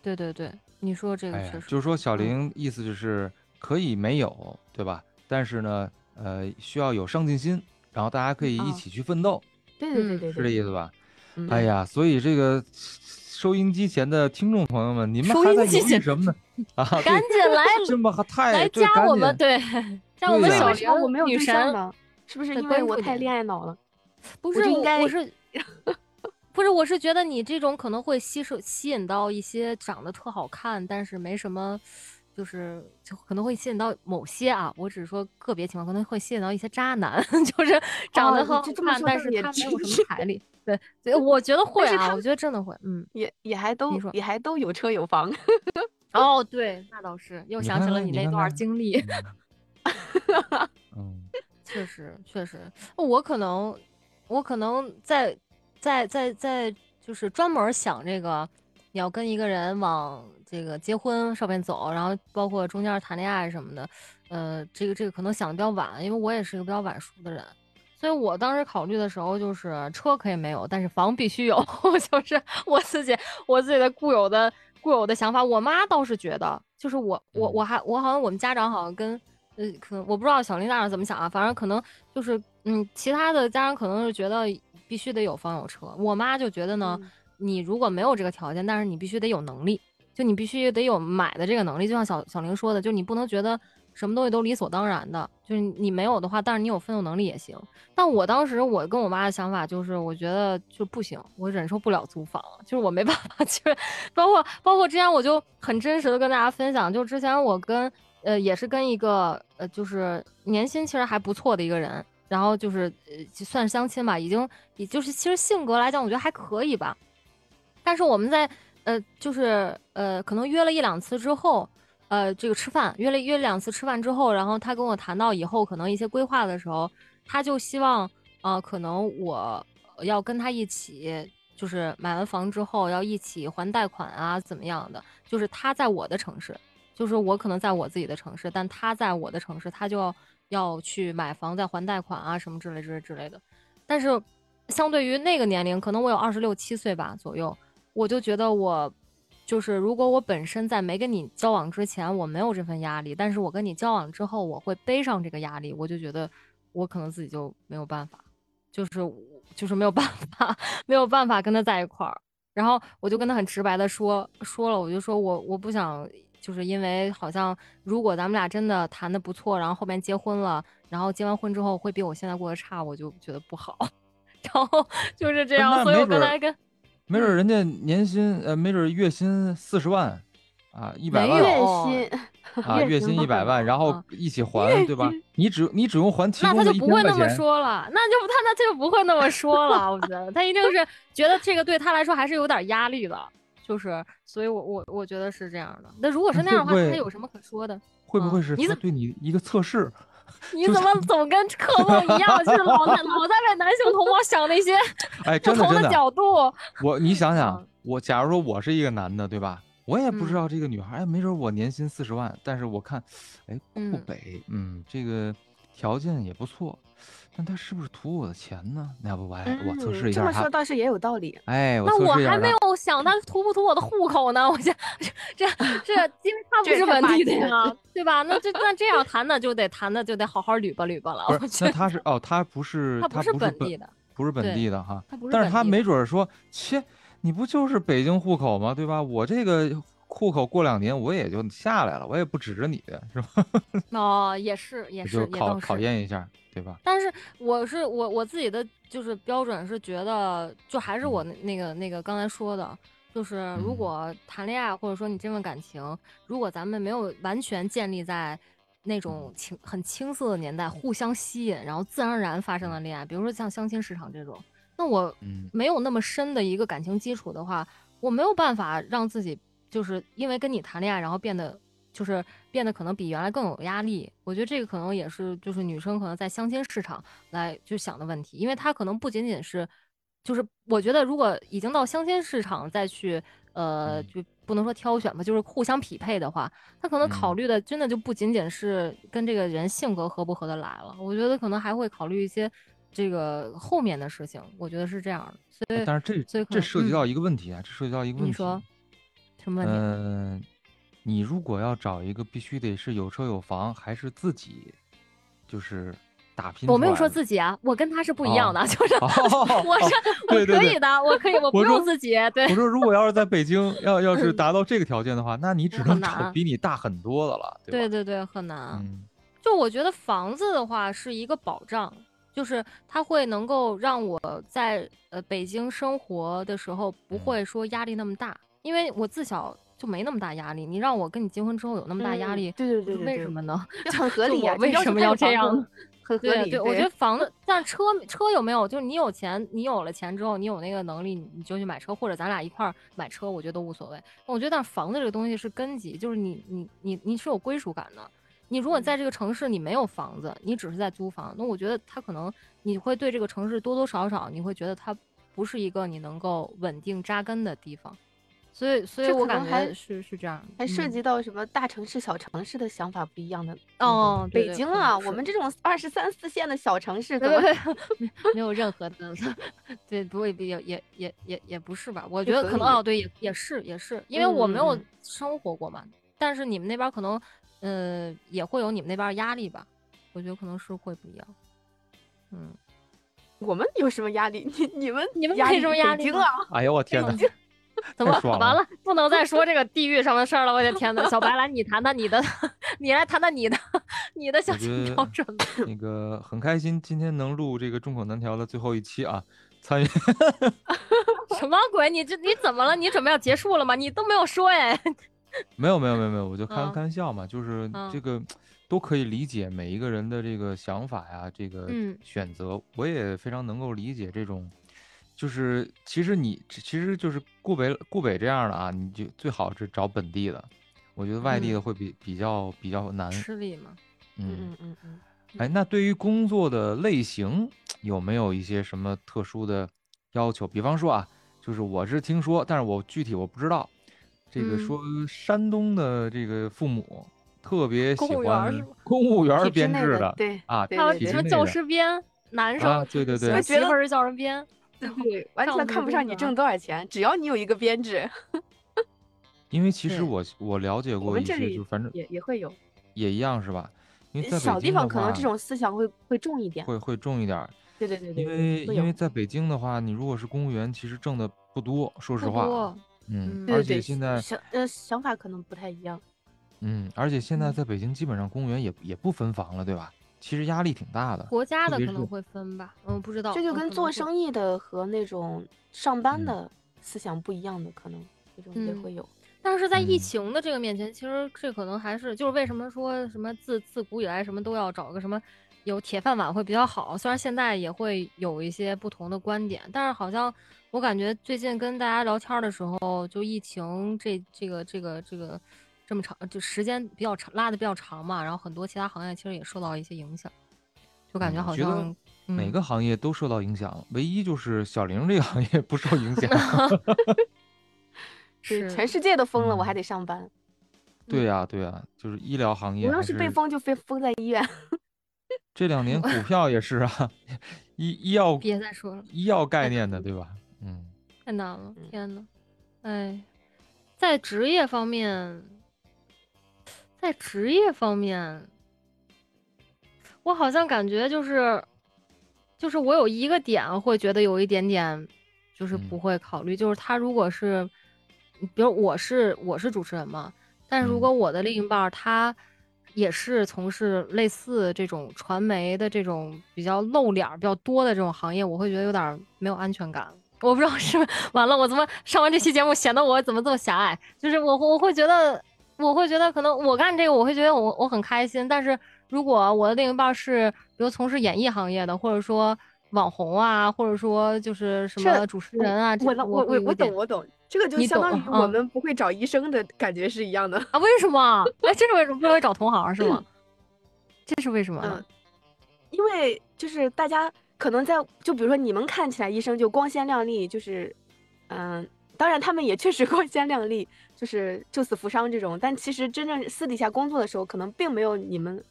S2: 对对对，你说这个
S1: 哎呀
S2: 确实，
S1: 就是说小
S2: 嗯
S1: 玲意思就是可以没有，对吧？但是呢，呃，需要有上进心，然后大家可以一
S3: 啊
S1: 起去奋斗，
S3: 对对对
S2: 嗯
S3: 对
S1: 是这
S3: 对，
S1: 意思吧？
S3: 嗯
S1: 哎呀，所以这个收音机前的听众朋友们，你们
S2: 收
S1: 还
S2: 音
S1: 在
S2: 机
S1: 犹豫
S2: 前
S1: 什 么呢？啊，
S2: 赶
S1: 对，
S2: 紧 来
S1: 这么还太
S2: 来
S1: 对
S2: 加
S1: 赶
S2: 我
S1: 紧
S2: 们，对，加我
S1: 对
S2: 们
S1: 呀
S2: 小
S1: 为
S3: 什么我没有
S2: 玲女
S3: 对
S2: 神
S3: 象呢？是不是
S2: 对
S3: 因为
S2: 关
S3: 我
S2: 注
S3: 太
S2: 点
S3: 恋爱脑了？
S2: 不
S3: 我
S2: 是
S3: 就应
S2: 我，
S3: 该
S2: 我是不是我是觉得你这种可能会吸收吸引到一些长得特好看，但是没什么，就是就可能会吸引到某些啊，我只是说个别情况可能会吸引到一些渣男， 就是长
S3: 哦
S2: 得
S3: 你
S2: 很好
S3: 就这么
S2: 看，
S3: 说
S2: 但
S3: 倒
S2: 是
S3: 也
S2: 他没有
S3: 真
S2: 什
S3: 是
S2: 么财力。对，对，我觉得会
S3: 是
S2: 啊，
S3: 他
S2: 我觉得真的会，嗯，
S3: 也也还都
S2: 说
S3: 也还都有车有房，
S2: 哦，对，那倒是，又
S1: 你
S2: 想起
S1: 看
S2: 了
S1: 看
S2: 你
S1: 你
S2: 那
S1: 看
S2: 段
S1: 看
S2: 经历。
S1: 嗯，
S2: 确实，确实，我可能，我可能在，在，在，在，就是专门儿想这个，你要跟一个人往这个结婚上面走，然后包括中间儿谈恋爱什么的，呃，这个这个可能想的比较晚，因为我也是一个比较晚熟的人，所以我当时考虑的时候就是车可以没有，但是房必须有，就是我自己我自己的固有的固有的想法。我妈倒是觉得，就是我我我还我好像我们家长好像跟呃，可能我不知道小林大人怎么想啊，反正可能就是嗯，其他的家长可能是觉得必须得有房有车，我妈就觉得呢，
S3: 嗯
S2: 你如果没有这个条件，但是你必须得有能力，就你必须得有买的这个能力。就像小小玲说的，就你不能觉得什么东西都理所当然的，就是你没有的话，但是你有奋斗能力也行。但我当时我跟我妈的想法就是，我觉得就不行，我忍受不了租房，就是我没办法， 就是包括包括之前我就很真实的跟大家分享，就之前我跟呃也是跟一个呃就是年薪其实还不错的一个人，然后就是呃就算是相亲吧，已经也就是其实性格来讲，我觉得还可以吧，但是我们在呃就是呃可能约了一两次之后，呃，这个吃饭约了约了两次吃饭之后，然后他跟我谈到以后可能一些规划的时候，他就希望呃，可能我呃要跟他一起，就是买完房之后要一起还贷款啊，怎么样的？就是他在我的城市，就是我可能在我自己的城市，但他在我的城市，他就要要去买房再还贷款啊，什么之类之类之类的。但是相对于那个年龄，可能我有二十六七岁吧左右，我就觉得我就是如果我本身在没跟你交往之前我没有这份压力，但是我跟你交往之后，我会背上这个压力，我就觉得我可能自己就没有办法，就是我就是没有办法， 没有办法跟他在一块儿。然后我就跟他很直白的说说了，我就说我我不想，就是因为好像如果咱们俩真的谈的不错，然后后面结婚了，然后结完婚之后会比我现在过得差，我就觉得不好。 然后就是
S1: 不是
S2: 这样，
S1: 那
S2: 所以
S1: 没
S2: 我刚
S1: 准儿
S2: 才跟
S1: 没准儿人家年薪呃，没准儿月薪四十万啊，一百
S2: 没
S1: 万
S2: 有
S3: 月
S2: 哦
S3: 薪
S1: 啊，
S2: 月
S1: 月
S2: 薪
S1: 薪
S2: 都
S1: 一百
S2: 很
S1: 万，然后
S2: 啊
S1: 一起还，对吧？你只你只用还其
S2: 那
S1: 中
S2: 他
S1: 的
S2: 就
S1: 一
S2: 不
S1: 千
S2: 会
S1: 块
S2: 那么
S1: 钱，
S2: 说了，那就不他 他他就不会那么说了，我觉得他一定是觉得这个对他来说还是有点压力的，就是，所以我我我觉得是这样的。那如果是那样的话，
S1: 会不
S2: 他
S1: 会
S2: 有什么可 说的？
S1: 会不
S2: 嗯
S1: 会是
S2: 你
S1: 他
S2: 怎
S1: 对你一个测 试？
S2: 你
S1: 就
S2: 怎么总跟柯梦一样，就是老在老在为男性同胞想那些
S1: 哎，
S2: 不
S1: 真的
S2: 同
S1: 真
S2: 的
S1: 的，
S2: 角度？
S1: 我你想想
S2: 嗯，
S1: 我假如说我是一个男的，对吧？我也不知道这个女孩，哎，没准我年薪四十万，但是我看，哎，
S2: 嗯
S1: 顾北，嗯，这个条件也不错，但他是不是图我的钱呢？那要不我来我测
S3: 嗯
S1: 试一
S3: 这
S1: 下
S3: 么说
S1: 他，
S3: 倒是也有道理。
S1: 哎， 我
S2: 那我
S1: 测试一
S2: 还
S1: 下
S2: 没
S1: 他，
S2: 有想他图不图我的户口呢，我这 这 这，因为他不
S3: 这也
S2: 是
S3: 太
S2: 本
S3: 霸
S2: 地的
S3: 气了
S2: 呀，对吧？那这那这样谈的就得谈的就得好好捋吧捋吧了，我
S1: 不是，
S2: 觉
S1: 那
S2: 得
S1: 他是哦，他不是
S2: 他
S1: 不
S2: 不
S1: 是
S2: 是本地的，
S1: 不是本
S2: 对
S1: 地的哈，
S2: 他不是
S1: 但是
S2: 本
S1: 他
S2: 地
S1: 没
S2: 的
S1: 准儿说，切，你不就是北京户口吗？对吧？我这个户口过两年我也就下来了，我也不指着你，是吧？
S2: 哦，也是也是
S1: 就
S2: 也
S1: 考
S2: 倒
S1: 考
S2: 是。
S1: 验一下，对吧？
S2: 但是我是我我自己的就是标准是觉得，就还是我那那个那个刚才说的，就是如
S1: 嗯
S2: 果谈恋爱或者说你这份感情，如果咱们没有完全建立在那种情很青涩的年代互相吸引，然后自然而然发生的恋爱，比如说像相亲市场这种，那我
S1: 嗯，
S2: 没有那么深的一个感情基础的话，我没有办法让自己就是因为跟你谈恋爱，然后变得就是变得可能比原来更有压力。我觉得这个可能也是就是女生可能在相亲市场来就想的问题，因为她可能不仅仅是就是我觉得如果已经到相亲市场再去呃
S1: 嗯
S2: 就不能说挑选吧，就是互相匹配的话，她可能
S1: 嗯
S2: 考虑的真的就不仅仅是跟这个人性格合不合得来了，我觉得可能还会考虑一些。这个后面的事情，我觉得是这样的，所以
S1: 哎但是
S2: 所
S1: 这
S2: 以可
S1: 这
S2: 能
S1: 涉及
S2: 嗯
S1: 到一个问题啊，这涉及到一个问题，
S2: 你说什么问题？
S1: 嗯、你如果要找一个必须得是有车有房，还是自己就是打拼出来的，
S2: 我没有说自己啊，我跟他是不一样的， 就是
S1: 哦，
S2: 我是
S1: 对
S2: 我
S1: 对
S2: 可
S1: 对
S2: 以的，我可以，我不
S1: 我说
S2: 用自己，对嗯
S1: 我，说，如果要是在北京，要要是达到这个条件的话，那你只
S2: 很
S1: 能
S2: 难
S1: 找比你大很多的了，对吧？
S2: 对对对，很难。
S1: 嗯
S2: 就我觉得房子的话是一个保障，就是它会能够让我在呃北京生活的时候不
S1: 嗯
S2: 会说压力那么大，因为我自小就没那么大压力。你让我跟你结婚之后有那么大压
S3: 嗯
S2: 力，
S3: 对对
S2: 我
S3: 对
S2: 说
S3: 对，
S2: 为
S3: 对
S2: 什么呢？
S3: 就很合
S2: 就
S3: 理
S2: 我
S3: 呀、就
S2: 为
S3: 要
S2: 什
S3: 求
S2: 么
S3: 他
S2: 要
S3: 有
S2: 这
S3: 房
S2: 样
S3: 子
S2: 呢
S3: 很合
S2: 对啊
S3: 理。
S2: 对，我觉得房子，但车车有没有？就是你有钱，你有了钱之后，你有那个能力，你就去买车，或者咱俩一块儿买车，我觉得都无所谓。我觉得，但是房子这个东西是根基，就是你你你你是有归属感的。你如果
S3: 嗯
S2: 在这个城市你没有房子，你只是在租房，那我觉得他可能你会对这个城市多多少少你会觉得它不是一个你能够稳定扎根的地方，所以所以
S3: 这可
S2: 我感
S3: 能还
S2: 觉是是这样的，
S3: 还涉
S2: 嗯
S3: 及到什么大城市、小城市的想法不一样的。
S2: 哦，对
S3: 北
S2: 对
S3: 京
S2: 可能
S3: 啊，我
S2: 是
S3: 们这种二十三四线的小城市，可
S2: 对
S3: 能
S2: 对对， 没有任何的， 对，不会也也也也也不是吧？我
S3: 就
S2: 觉得可
S3: 可
S2: 能
S3: 以
S2: 哦，对，也也是也是，因为我没
S3: 嗯
S2: 有
S3: 嗯嗯
S2: 生活过嘛，但是你们那边儿可能，呃，也会有你们那边儿压力吧？我觉得可能是会不一样。嗯，
S3: 我们有什么压力？你你们
S2: 你们
S3: 压
S2: 有什么压力
S3: 北京
S2: 吗
S3: 啊，
S1: 哎呀，我天哪！
S2: 怎
S1: 太
S2: 么
S1: 爽
S2: 完
S1: 了
S2: 了？不能再说这个地域上的事儿了，我的天呐！小白来，你谈谈你的， 你来谈谈你的，你的
S1: 我
S2: 相
S1: 觉
S2: 亲
S1: 得
S2: 标准吧。
S1: 那个很开心，今天能录这个众口难调的最后一期啊，参与
S2: 什么鬼？你这你怎么了？你准备要结束了吗？你都没有说哎。
S1: 嗯没有没有没有没有，我就开
S2: 嗯
S1: 开玩笑嘛，就是
S2: 嗯
S1: 这个都可以理解每一个人的这个想法呀，这个
S2: 嗯
S1: 选择，我也非常能够理解这种。就是，其实你其实就是顾北顾北这样的啊，你就最好是找本地的，我觉得外地的
S2: 嗯
S1: 会比比较比较难。
S2: 吃力吗？
S1: 嗯，
S3: 嗯嗯嗯
S1: 哎，那对于工作的类型有没有一些什么特殊的要求？比方说啊，就是我是听说，但是我具体我不知道。这个
S2: 嗯
S1: 说山东的这个父母特别喜
S2: 公务员儿
S1: 欢
S2: 是吗
S1: 公务员
S3: 嗯，
S1: 儿
S3: 体制
S1: 编
S3: 内
S1: 制
S3: 的，对
S1: 啊，
S3: 对
S2: 还有
S3: 对
S1: 体
S2: 什
S1: 制
S2: 么
S1: 内
S2: 教
S1: 的
S2: 师编，男生
S1: 啊对对
S2: 就是
S1: 对
S2: 媳
S3: 觉
S2: 妇
S3: 得
S2: 儿是教师编，
S3: 对对，完
S2: 上
S3: 全
S2: 次
S3: 看不
S2: 真
S3: 上你
S2: 的
S3: 挣多少钱，只要你有一个编制，
S1: 因为其实
S2: 对
S1: 我我了解
S3: 我
S1: 过
S3: 们
S1: 一
S3: 这
S1: 些，就
S3: 里
S1: 反正
S3: 也也会有。
S1: 也一样是吧？因为在
S3: 小
S1: 北
S3: 地
S1: 京
S3: 方
S1: 的
S3: 可能
S1: 话，
S3: 这种思想会会重一点。
S1: 会会重一点儿，
S3: 对对对对，
S1: 因为
S3: 会
S1: 因为
S3: 有。
S1: 在北京的话，你如果是公务员，其实挣的不多，说实
S2: 不
S1: 话啊，
S2: 多，
S1: 嗯，
S2: 嗯
S3: 对
S1: 而
S3: 对
S1: 且
S3: 对，
S1: 现在
S3: 想呃想法可能不太一样。
S1: 嗯，而且现在
S2: 嗯
S1: 在北京基本上公务员也也不分房了，对吧？其实压力挺大的，
S2: 国家
S1: 特
S2: 的
S1: 别
S2: 可能
S1: 是
S2: 会分吧，嗯，不知道，
S3: 这就
S2: 嗯
S3: 跟做，生意的和那种上班
S1: 嗯
S3: 的思想不一样的，可能这种也
S2: 嗯
S3: 会有。
S2: 可能会但是在疫
S1: 嗯
S2: 情的这个面前，其实这可能还是就是为什么说什么自自古以来什么都要找个什么有铁饭碗会比较好，虽然现在也会有一些不同的观点，但是好像我感觉最近跟大家聊天儿的时候，就疫情这这个这个这个这么长，就时间比较长，拉的比较长嘛，然后很多其他行业其实也受到一些影响，就感
S1: 嗯
S2: 觉
S1: 我
S2: 好
S1: 觉得
S2: 像、嗯、
S1: 每个行业都受到影响，唯一就是小玲这个行业不受影响。
S3: 对，
S2: 是
S3: 全世界都封了，我
S1: 嗯
S3: 还得上班。
S1: 对呀、对呀、就是医疗行业
S3: 我要
S1: 还
S3: 是
S1: 是
S3: 被封，就被封在医院。
S1: 这两年股票也是啊， 医医药
S2: 别再说了，
S1: 医药概
S3: 太
S1: 念
S3: 可
S1: 的，
S3: 恶
S1: 对吧？嗯，
S2: 太难了，
S3: 嗯
S2: 天呐，哎，在职业方面，在职业方面，我好像感觉就是，就是我有一个点会觉得有一点点，就是
S1: 嗯
S2: 不会考虑，就是他如果是，比如我是我是主持人嘛，但如
S1: 嗯
S2: 果我的另一半儿他也是从事类似这种传媒的这种比较露脸儿比较多的这种行业，我会觉得有点儿没有安全感。我不知道是不是完了，我怎么上完这期节目显得我怎么这么狭隘？就是我我会觉得，我会觉得可能我干这个我会觉得我我很开心，但是如果我的另一半儿是比如从事演艺行业的，或者说网红啊，或者说就是什
S4: 这
S2: 么主持人啊，这
S4: 我能我
S2: 会
S4: 我
S2: 有
S4: 我
S2: 一点
S4: 懂我懂，这个就
S2: 你
S4: 相当
S2: 懂
S4: 于我
S2: 嗯
S4: 们不会找医生的感觉是一样的。
S2: 啊？为什么？哎，这是为什么？不会找同行是吗？这是为什么呢？
S4: 嗯
S3: 因为就是大家可能在就比如说你们看起来医生就光鲜亮丽，就是，嗯，当然他们也确实 光鲜亮丽，就是救死扶伤这种，但其实真正私底下工作的时候，可能并没有你们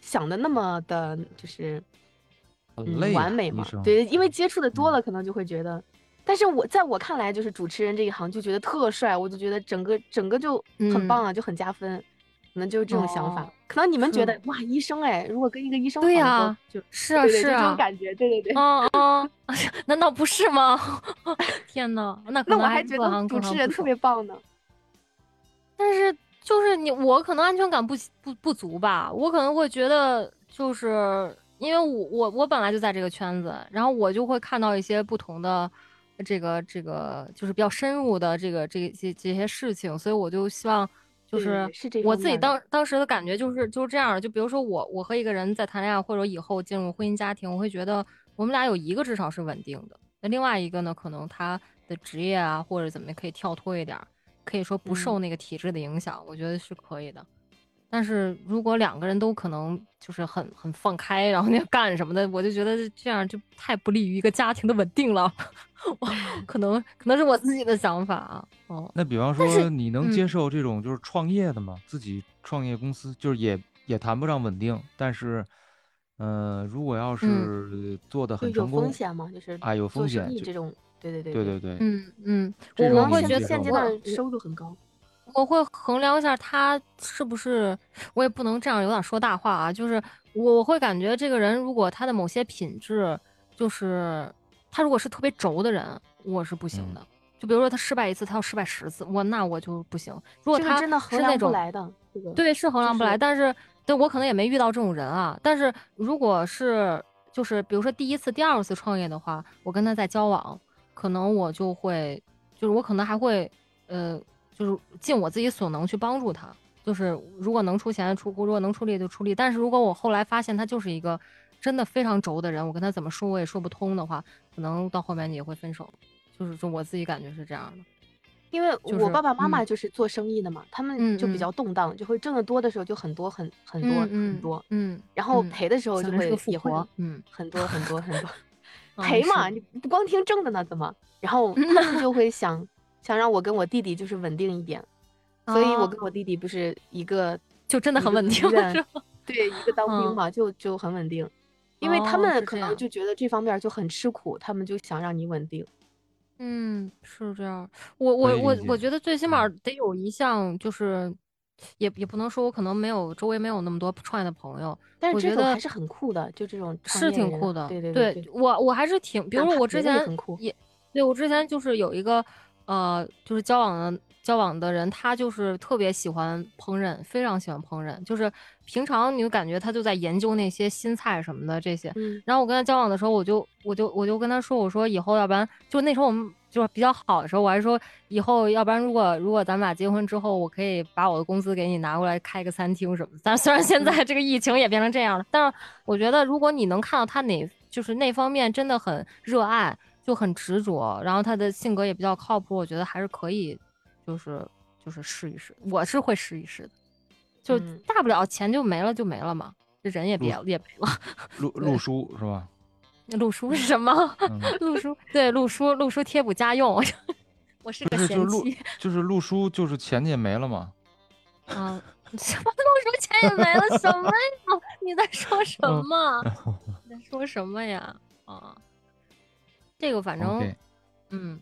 S3: 想的那么的，就是
S1: 很累、
S3: 嗯
S1: 啊，
S3: 完美
S1: 医
S3: 嘛
S1: 生。
S3: 对，因为接触的多
S1: 嗯
S3: 了，可能就会觉得。但是我在我看来，就是主持人这一行就觉得特帅，我就觉得整个整个就很棒啊，就很加分。可能就是这种想法，
S2: 嗯哦
S3: 可能你们觉
S2: 是
S3: 得哇，医生哎，如果跟一个医生
S2: 对
S3: 合作
S2: 呀
S3: 就是
S2: 啊
S3: 对对
S2: 是
S3: 就这
S2: 啊
S3: 种，感觉，对对对。
S2: 嗯嗯， 难道不是吗？ 天呐，那可
S3: 那
S2: 能
S3: 我还
S2: 是
S3: 觉
S2: 各行
S3: 得
S2: 各
S3: 主
S2: 行
S3: 持
S2: 不
S3: 人特
S2: 熟
S3: 别棒呢。
S2: 但是就是你我可能安全感不不不足吧，我可能会觉得就是因为我我我本来就在这个圈子，然后我就会看到一些不同的这个这个就是比较深入的这个这这这些事情，所以我就希望就
S3: 对
S2: 是
S3: 是这
S2: 我
S3: 方
S2: 自己
S3: 面的
S2: 当当时的感觉就是就是这样儿，就比如说我我和一个人在谈恋爱，或者以后进入婚姻家庭，我会觉得我们俩有一个至少是稳定的，那另外一个呢，可能他的职业啊或者怎么样可以跳脱一点儿，可以说不受
S1: 嗯
S2: 那个体制的影响，我觉得是可以的。但是如果两个人都可能就是很很放开，然后那干什么的，我就觉得这样就太不利于一个家庭的稳定了。 我
S1: 嗯
S2: 可能可能是我自己的想法啊，哦，
S1: 那比方
S2: 但是
S1: 说，你能接
S2: 嗯
S1: 受这种就是创业的吗？自己创业公司，就是也也谈不上稳定，但是，呃，如果要是做的
S3: 嗯就
S1: 很
S3: 有
S1: 成功，
S3: 风险嘛，就是
S1: 啊，有
S3: 做
S1: 风险
S3: 生意
S1: 就
S3: 这种，对对对
S1: 对对对，
S2: 嗯嗯，
S1: 这
S2: 我
S1: 种
S2: 我
S1: 你
S2: 会
S1: 能
S2: 觉
S1: 接
S2: 得
S1: 受
S3: 现阶
S1: 吗
S3: 段
S2: 嗯
S3: 收入很高，
S2: 我会衡量一下他是不是，我也不能这样有点说大话啊，就是我我会感觉这个人如果他的某些品质，就是他如果是特别轴的人，我是不行
S1: 嗯
S2: 的。就比如说他失败一次，他要失败十次，我那我就不行。如果
S3: 这
S2: 他
S3: 个真的
S2: 是
S3: 衡
S2: 那
S3: 量不
S2: 种
S3: 来的。这个
S2: 对，是衡
S3: 就
S2: 量不来，
S3: 是
S2: 但是对我可能也没遇到这种人啊。但是如果是就是比如说第一次、第二次创业的话，我跟他在交往，可能我就会，就是我可能还会，呃，就是尽我自己所能去帮助他。就是如果能出钱出如果能出力就出力。但是如果我后来发现他就是一个真的非常轴的人，我跟他怎么说我也说不通的话，可能到后面也会分手。就是就我自己感觉是这样的。
S3: 因为
S2: 就
S3: 我
S2: 是
S3: 爸爸妈妈
S2: 嗯
S3: 就是做生意的嘛，他
S2: 嗯
S3: 们就
S2: 嗯
S3: 比较动荡，就会挣得多的时候就很多很很多
S2: 嗯
S3: 很多，
S2: 嗯，嗯
S3: 然后
S2: 嗯
S3: 赔的时候
S2: 小
S3: 就
S2: 人是
S3: 会
S2: 个富
S3: 也会
S2: 婆嗯
S3: 很多很多很多，
S2: 嗯
S3: 赔嘛，
S2: 是
S3: 你不光听挣的呢，怎么？然后他们就 会想想让我跟我弟弟就是稳定一点，所以我
S2: 哦
S3: 跟我弟弟不是一个
S2: 就真的
S3: 一
S2: 很
S3: 个
S2: 稳
S3: 医
S2: 定，
S3: 院
S2: 是吧？
S3: 对，一个当
S2: 嗯
S3: 兵嘛，就就很稳定，因为他
S2: 哦
S3: 们
S2: 是
S3: 可
S2: 这
S3: 能
S2: 样
S3: 就觉得这方面就很吃苦，他们就想让你稳定。
S2: 嗯，是这样。我
S1: 可
S2: 我
S1: 以
S2: 我
S1: 理
S2: 我
S1: 解嗯
S2: 觉得最起码得有一项，就是也也不能说我可能没有周围没有那么多创业的朋友，
S3: 但
S2: 我
S3: 是这
S2: 觉
S3: 种
S2: 得
S3: 还是很酷的，就这种创
S2: 是
S3: 业
S2: 挺
S3: 人
S2: 酷的。
S3: 对对
S2: 对
S3: 对，
S2: 我我还是挺，比如
S3: 哪
S2: 说
S3: 怕
S2: 我之
S3: 别的也
S2: 前
S3: 很酷
S2: 也，对我之前就是有一个呃，就是交往的交往的人，他就是特别喜欢烹饪，非常喜欢烹饪，就是平常你就感觉他就在研究那些新菜什么的这些，
S3: 嗯，
S2: 然后我跟他交往的时候，我就我就我就跟他说，我说以后要不然就那时候我们就是比较好的时候，我还说以后要不然如果如果咱们俩结婚之后，我可以把我的工资给你拿过来开个餐厅什么的。但虽然
S3: 嗯
S2: 现在这个疫情也变成这样了，但是我觉得如果你能看到他哪就是那方面真的很热爱，就很执着，然后他的性格也比较靠谱，我觉得还是可以，就是就是试一试，我是会试一试的，就
S3: 嗯
S2: 大不了钱就没了就没了嘛，这人也
S1: 陆
S2: 别也没了。
S1: 陆
S3: 嗯
S1: 陆叔是 吧？
S2: 陆叔是什么？
S1: 嗯，
S2: 陆叔对陆叔，陆叔贴补家用， 我是
S1: 不是就
S2: 个
S1: 是
S2: 贤
S1: 陆
S2: 妻
S1: 就是陆叔，就是钱也没了嘛。
S2: 啊。什么陆叔钱也没了，什么呀？ 你在说什
S1: 嗯
S2: 么？你在说什么呀？啊，这个反正
S1: OK，
S2: 嗯，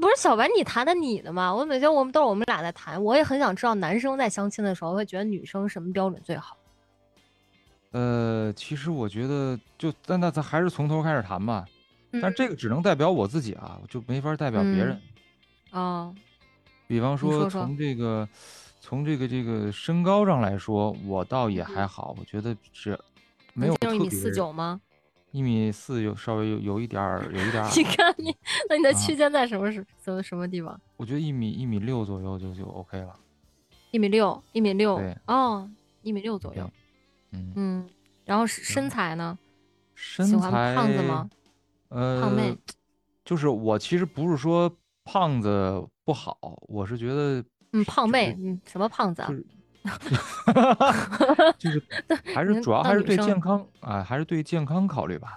S2: 不是小白，你谈谈你的嘛？我每天我们都是我们俩在谈，我也很想知道男生在相亲的时候会觉得女生什么标准最好。
S1: 呃，其实我觉得就但那咱还是从头开始谈吧。
S2: 嗯
S1: 但这个只能代表我自己啊，就没法代表
S3: 嗯
S1: 别人。
S2: 哦，
S1: 比方
S2: 说说
S1: 从这个从这个这个身高上来说，我倒也
S2: 嗯
S1: 还好，我觉得只没有
S2: 你
S1: 特
S2: 就
S1: 别
S2: 一米四九吗？
S1: 一米四有稍微有有一点儿有一点 儿
S2: 你看你，那你的
S1: 啊
S2: 区间在什么时什么什么地方？
S1: 我觉得一米一米六左右就就 OK 了。
S2: 一米六，一米六
S1: 对，
S2: 哦，一米六左右
S1: 对。嗯，
S2: 嗯，然后是身材呢？
S1: 身
S2: 喜欢
S1: 材
S2: 胖子吗？
S1: 呃，
S2: 胖妹
S1: 就是我其实不是说胖子不好，我是觉得是
S2: 嗯，胖
S1: 就
S2: 妹，
S1: 是
S2: 嗯，什么胖子啊
S1: 就？是就是还是
S2: 能
S1: 主要还
S2: 当
S1: 是
S2: 女
S1: 对
S2: 生
S1: 健康啊，还是对健康考虑吧。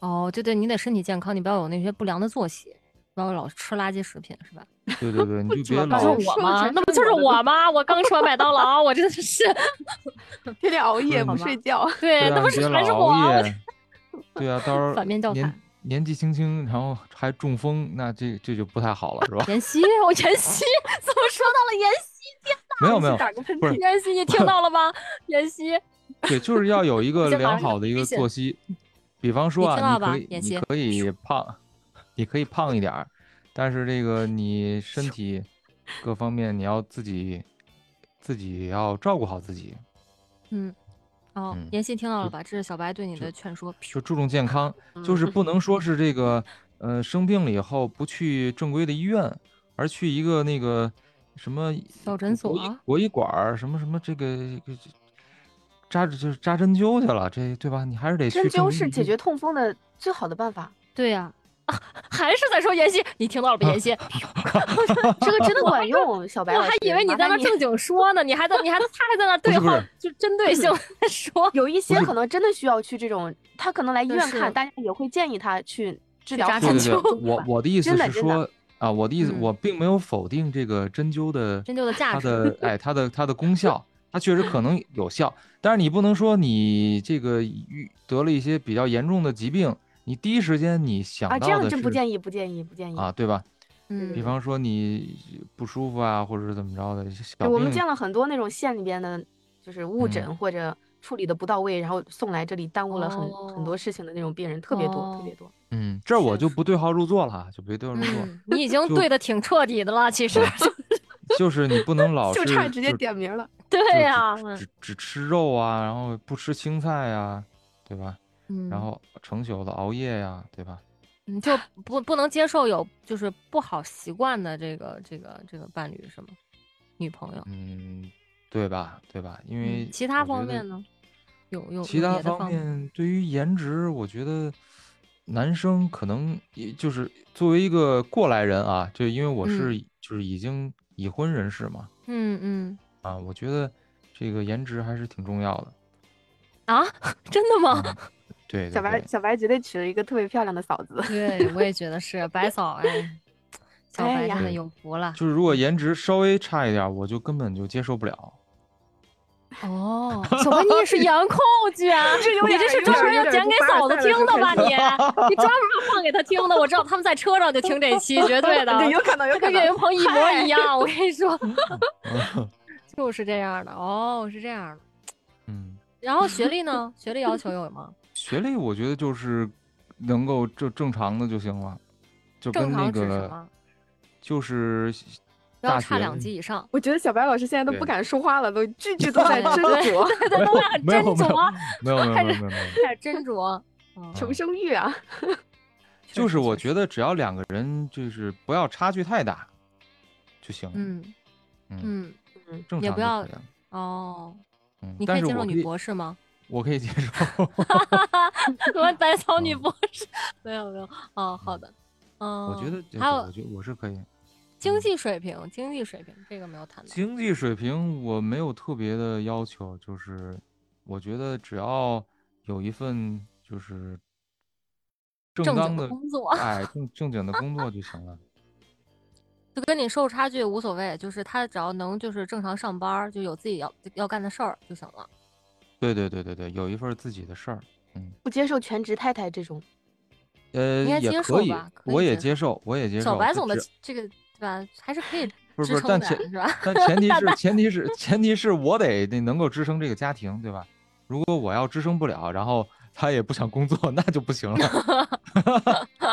S2: 哦，对对，你得身体健康，你不要有那些不良的作息，不要老吃垃圾食品，是吧？
S1: 对对 对，你就
S4: 主
S1: 别
S4: 要
S1: 老
S4: 当
S2: 就
S4: 然
S2: 是我
S4: 说的
S2: 吗？
S4: 全
S2: 那不
S4: 是
S2: 就是
S4: 我的
S2: 我吗？我刚吃完麦当劳，我真的是，
S4: 天天熬夜
S1: 好
S4: 不
S2: 吧
S4: 睡觉，
S2: 对，
S1: 对
S2: 那
S1: 啊，
S2: 不
S1: 你
S2: 是
S1: 别
S2: 还是
S1: 老
S2: 我啊？
S1: 熬
S2: 我
S1: 夜。对啊，到时候
S2: 反面教材？
S1: 年年纪轻轻，然后还中风，那这这就不太好了，是吧
S2: 妍希，我妍希，怎么说到了妍希？
S1: 没有没
S4: 去
S1: 有，
S4: 打个喷
S1: 不是
S4: 嚏，
S2: 妍希，你听到 了吗？妍希，
S1: 对，就是要有 一个
S2: 先马
S1: 良
S2: 上
S1: 好的一
S2: 微
S1: 个
S2: 信
S1: 作息。比方说
S2: 你听
S1: 啊，
S2: 到吧
S1: 你可
S2: 妍
S1: 以
S2: 希
S1: 你可以胖，你可以胖一点儿，但是这个你身体各方面你要自己自己要照顾好自己，
S2: 嗯，哦
S1: 嗯，
S2: 妍希听到了吧？这是小白对你的劝说。
S1: 就注重健康，
S3: 嗯
S1: 就是 不能说是这个呃生病了以后不去正规的医院，而去一个那个什么
S2: 小诊所
S1: 国医国医馆儿什么什么这个这个扎就是扎针灸去了，这对吧？你还是得去
S3: 针
S1: 正
S3: 灸
S1: 规
S3: 是
S1: 医
S3: 解决痛风的最好的 办法，
S2: 对呀，啊还是在说妍希，你听到了吧？妍希，
S3: 这个真的管用。小白
S2: 我
S3: 老师，
S2: 还以为你
S3: 麻
S2: 在
S3: 烦
S2: 那正经说呢，你还在， 你还他还在那对
S1: 不是不
S2: 号
S1: 是，
S2: 就针对性 地说。
S3: 有一些
S1: 是
S3: 可能真的需要去这种，他可能来医
S2: 就
S3: 院
S2: 是
S3: 看，大家也会建议他去治疗
S2: 扎
S3: 好
S1: 对
S2: 针
S1: 对
S3: 的
S1: 对
S2: 灸
S3: 这种，
S1: 我
S3: 吧
S1: 我的意思
S3: 真的
S1: 是
S3: 真的
S1: 说啊，我的意思
S2: 嗯
S1: 我并没有否定这个针灸的
S2: 针灸的价
S1: 它
S2: 值
S1: 的哎它的它的功效，它确实可能有效，但是你不能说你这个遇得了一些比较严重的疾病，你第一时间你想
S3: 啊，
S1: 到的
S3: 这
S1: 是
S3: 样真不建议，不建议，不建议
S1: 啊，对吧？
S2: 嗯
S1: 比方说你不舒服啊，或者是怎么着的小
S3: 对，我们
S1: 病嗯
S3: 见了很多那种县里边的，就是误诊或者处理的不到位，然后送来这里耽误了很很
S2: 哦
S3: 多事情的那种病人特别多，特别
S2: 哦
S3: 多。
S1: 嗯，这儿我
S2: 是
S1: 就不对号入座了啊，就别对号入座，
S2: 嗯，你已经
S1: 就
S2: 对的挺彻底的了，其实。
S1: 就是你不能哦 老
S4: 就是差直接
S1: 就
S4: 点名了。
S1: 就
S2: 对
S1: 只
S2: 呀、嗯
S1: 只只吃肉啊，然后不吃青菜呀、对吧？
S2: 嗯，
S1: 然后成宿的熬夜呀、对吧？
S2: 你就不不能接受有就是不好习惯的这个这个这个伴侣是吗？女朋友，
S1: 嗯，对吧？对吧？因
S2: 嗯
S1: 为、
S2: 其他方面？呢？有有
S1: 其
S2: 有
S1: 他
S2: 别的
S1: 方
S2: 方面吗，
S1: 面，对于颜值，我觉得男生可能也就是作为一个过来人啊，就因为我是、就是已经已婚人士嘛，
S2: 嗯嗯
S1: 啊，我觉得这个颜值还是挺重要的。
S2: 啊， 真的吗？
S1: 嗯对
S3: 小
S1: 对
S3: 白
S1: 对，
S3: 小白绝对娶了一个特别漂亮的嫂子，
S2: 对，我也觉得是白嫂，哎，小
S3: 哎
S2: 白
S3: 呀
S2: 真的有福了。
S1: 就是如果颜值稍微差一点，我就根本就接受不了。
S2: 哦，小白你也是颜控，居然
S4: 这有
S2: 你
S4: 点
S2: 这 是
S4: 有点有
S2: 专门要
S4: 点
S2: 讲
S4: 不
S2: 给
S4: 凡尔
S2: 嫂子
S4: 赛了
S2: 听
S4: 就
S2: 的
S4: 开
S2: 吧
S4: 始
S2: 你？ 你专门放给她听的，我知道他们在车上就听这期，绝 对的。
S4: 对，有可能，有
S2: 他
S4: 可
S2: 跟岳
S4: 能。
S2: 云鹏一模一样，我跟 你说， 就是这样的哦，是这样的。
S1: 嗯，
S2: 然后学历呢？学历要求有 吗？
S1: 学历我觉得就是能够正正常的就行了，就
S2: 正
S1: 跟那
S2: 常指什
S1: 个
S2: 么？
S1: 就是
S2: 不要
S1: 大
S2: 差
S1: 学
S2: 两级以上。
S4: 我觉得小白老师现在都不
S1: 对
S4: 敢说话了，都句句都在
S2: 对
S4: 斟
S2: 对
S4: 酌，
S2: 对对，都在很
S1: 没有
S2: 斟
S1: 没有
S2: 酌，
S1: 没有没有没有没有没有，
S2: 开始斟酌。嗯
S4: 求生欲啊。
S1: 就
S2: 确
S1: 是
S2: 实
S1: 我
S2: 确
S1: 觉
S2: 实
S1: 得只要两个人就是不要差距太大就行，
S2: 嗯
S1: 嗯
S2: 嗯
S1: 正
S2: 也
S1: 常
S2: 不
S1: 就
S2: 要
S1: 可以了
S2: 哦，
S1: 嗯
S2: 你可
S1: 但
S2: 以
S1: 是
S2: 接
S1: 我
S2: 受
S1: 可
S2: 女
S1: 以
S2: 博士吗？
S1: 我可以接 受，
S2: 什么百草女
S1: 嗯
S2: 博士？没有没有，哦，好的，哦嗯，
S1: 我觉得这
S2: 还
S1: 个
S2: 有
S1: 我觉得我是可以。嗯
S2: 经济水平，经济水平这个没有谈到，
S1: 经济水平我没有特别的要求，就是我觉得只要有一份就是正
S2: 正
S1: 当
S2: 经
S1: 的
S2: 工作
S1: 哎正正经的工作就行了。
S2: 就跟你收入差距无所谓，就是他只要能就是正常上班儿，就有自己要要干的事儿就行了。
S1: 对对对对对，有一份自己的事儿，
S3: 不接受全职太太这种。
S1: 呃，
S2: 应该
S1: 也
S2: 接
S1: 可
S2: 受
S1: 以
S2: 吧，可
S1: 我
S2: 以
S1: 也
S2: 接
S1: 接受，我也接受。
S2: 小白
S1: 就
S2: 总的
S1: 只
S2: 这个对吧，还是可以
S1: 不是不
S2: 支
S1: 是，
S2: 撑
S1: 但
S2: 的，
S1: 前
S2: 是吧？
S1: 但前提是前提是前提是我得那能够支撑这个家庭，对吧？如果我要支撑不了，然后他也不想工作， 那就不行 了。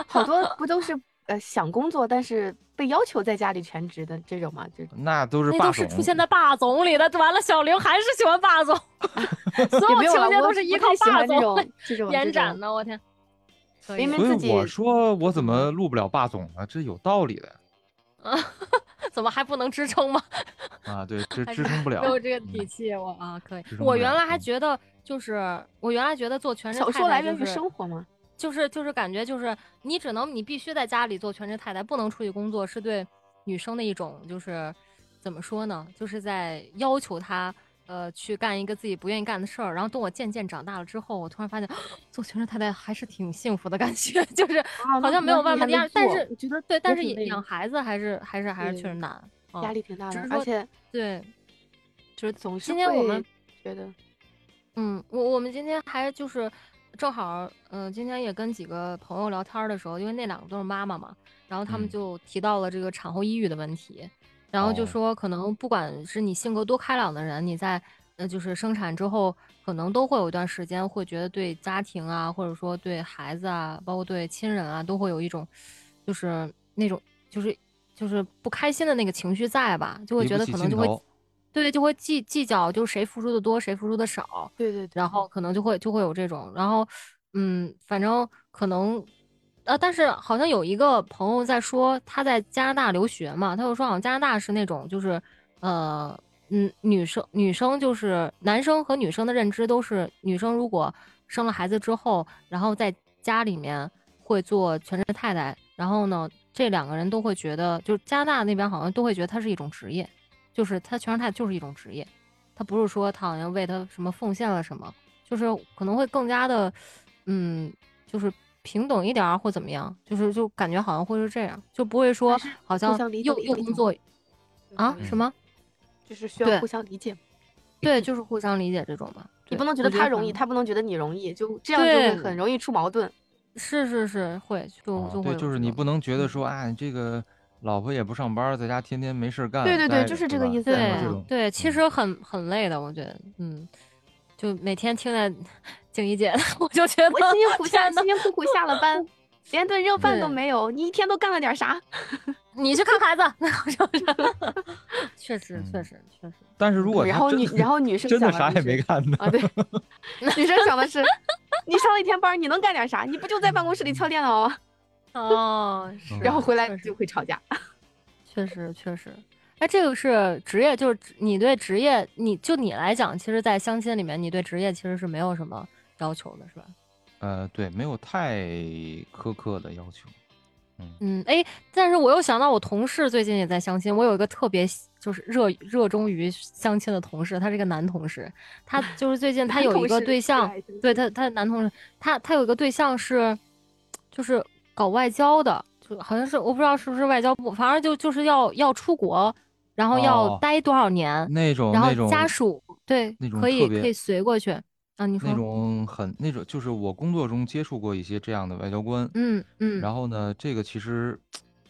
S3: 好多不都是呃想工作，但是被要求在家里全职的这种嘛？就
S1: 那都是
S2: 那
S1: 霸
S2: 都是
S1: 总，
S2: 出现在霸总里的。完了，小玲还是喜欢霸 总，所
S3: 也
S2: 有
S3: 没有
S2: 情
S3: 啊
S2: 节
S3: 我
S2: 都是依
S3: 不
S2: 靠
S3: 太喜
S2: 霸
S3: 欢这
S2: 总
S3: 种这种啊
S2: 延
S3: 这
S2: 展
S3: 种
S2: 的。我天，可
S3: 明
S2: 以
S3: 明
S1: 所
S3: 自
S1: 以
S3: 己
S1: 我说我怎么录不了霸总呢？这有道理的
S2: 怎么还不能支撑吗？
S1: 啊，对，这
S2: 还
S1: 支
S2: 是
S1: 撑不了
S2: 没。有这个体
S1: 嗯
S2: 系，我啊可以
S1: 支。撑
S2: 我
S1: 不
S2: 原
S1: 了
S2: 来还
S1: 嗯
S2: 觉得就是我原来觉得做全职
S3: 小
S2: 太
S3: 说
S2: 太
S3: 来源
S2: 就
S3: 于
S2: 是
S3: 生活嘛，
S2: 就是就是感觉就是你只能你必须在家里做全职太太，不能出去工作，是对女生的一种就是怎么说呢？就是在要求她呃去干一个自己不愿意干的事儿。然后等我渐渐长大了之后，我突然发现 做全职太太还是挺幸福的感觉， 就是
S3: 啊
S2: 好
S3: 那
S2: 像没有
S3: 那
S2: 办
S3: 你
S2: 法第二
S3: 还没，
S2: 但
S3: 做
S2: 是
S3: 我觉得
S2: 对，
S3: 也
S2: 但是
S3: 挺累
S2: 养
S3: 的
S2: 孩子还是还是还是确实
S3: 嗯
S2: 难，嗯
S3: 压力挺大
S2: 只
S3: 的
S2: 是，
S3: 而
S2: 说
S3: 且
S2: 对，就是
S3: 总是
S2: 今天我们
S3: 会觉得
S2: 嗯，我我们今天还就是正好，嗯、今天也跟几个朋友聊天儿的时候，因为那两个都是妈妈嘛，然后他们
S1: 嗯
S2: 就提到了这个产后抑郁的问题，然后就
S1: 哦
S2: 说可能不管是你性格多开朗的人，你在呃就是生产之后，可能都会有一段时间会觉得对家庭啊，或者说对孩子啊，包括对亲人啊，都会有一种就是那种就是就是不开心的那个情绪在吧，就会
S1: 提
S2: 觉
S1: 不
S2: 得
S1: 起
S2: 可能
S1: 劲
S2: 就会
S1: 头
S2: 对就会计计较，就是谁付出的多，谁付出的少。
S3: 对对对，
S2: 然后可能就会就会有这种，然后嗯，反正可能啊，但是好像有一个朋友在说他在加拿大留学嘛，他就说好像加拿大是那种就是呃嗯女生女生就是男生和女生的认知都是女生如果生了孩子之后，然后在家里面会做全职太太，然后呢这两个人都会觉得就是加拿大那边好像都会觉得它是一种职业，就是他全职太太就是一种职业。他不是说他好像为他什么奉献了什么，就是可能会更加的，嗯，就是平等一点儿或怎么样，就是就感觉好像会是这样，就不会说
S3: 还是
S2: 好像
S3: 相理解
S2: 又
S3: 的一
S2: 又
S3: 种
S2: 工作啊什
S1: 嗯
S2: 么，
S3: 就是需
S2: 对
S3: 要互相理解，
S2: 对，就是互相理解这种嘛。
S3: 你
S2: 对
S3: 不能觉
S2: 我
S3: 得他容易，
S2: 反
S3: 他不能觉得你容易，就这样就
S2: 对
S3: 会很容易出矛盾。
S2: 是是是会就、
S1: 啊
S2: 就会
S1: 对，
S2: 有
S1: 就是
S2: 这
S1: 你
S2: 种
S1: 不能觉得说啊，你这个老婆也不上班，在家天天没事儿干。
S3: 对对对
S1: 待
S3: 就
S1: 着
S3: 是这
S1: 吧
S3: 个意思
S1: 然后
S2: 对
S1: 这
S3: 啊
S1: 种
S2: 对，其
S1: 嗯
S2: 实很很累的，我觉得，嗯，就每天听见静怡姐的， 我就觉得
S3: 我 辛辛苦苦下
S2: 天哪
S3: 辛辛苦苦下了班，连顿热饭都
S2: 对
S3: 没有，你一天都干了点啥？
S2: 你去看孩子， 确实确
S1: 嗯
S2: 实确实，
S1: 但是如果
S3: 然
S1: 他
S3: 后
S1: 真
S3: 女
S1: 的
S3: 然后女生
S1: 真的
S3: 想
S1: 啥
S3: 了
S1: 也
S3: 就
S1: 没
S3: 是
S1: 干呢，
S3: 啊，对，女生想的是，你上了一天班，你能干点啥？你不就在办公室里敲电脑吗？
S2: 哦，是
S3: 然后回来
S2: 确实
S3: 就会吵架。
S2: 确实确实，哎，这个是职业，就是职你对职业，你就你来讲，其实，在相亲里面，你对职业其实是没有什么要求的，是吧？
S1: 呃，对，没有太苛刻的要求。
S2: 嗯，哎，但是我又想到我同事最近也在相亲，我有一个特别喜就是热热衷于相亲的同事，他是一个男同事，他就是最近他有一个对象，对他他男同事，他他有一个对象是，就是搞外交的，就好像是我不知道是不是外交部，反正就就是要要出国，然后要
S1: 哦
S2: 待多少年，
S1: 那种
S2: 然
S1: 那
S2: 后
S1: 种
S2: 家属对
S1: 那种
S2: 可
S1: 特
S2: 以
S1: 别
S2: 可以随过去啊，你说
S1: 那种很那种，就是我工作中接触过一些这样的外交官，
S2: 嗯嗯，
S1: 然后呢，这个其实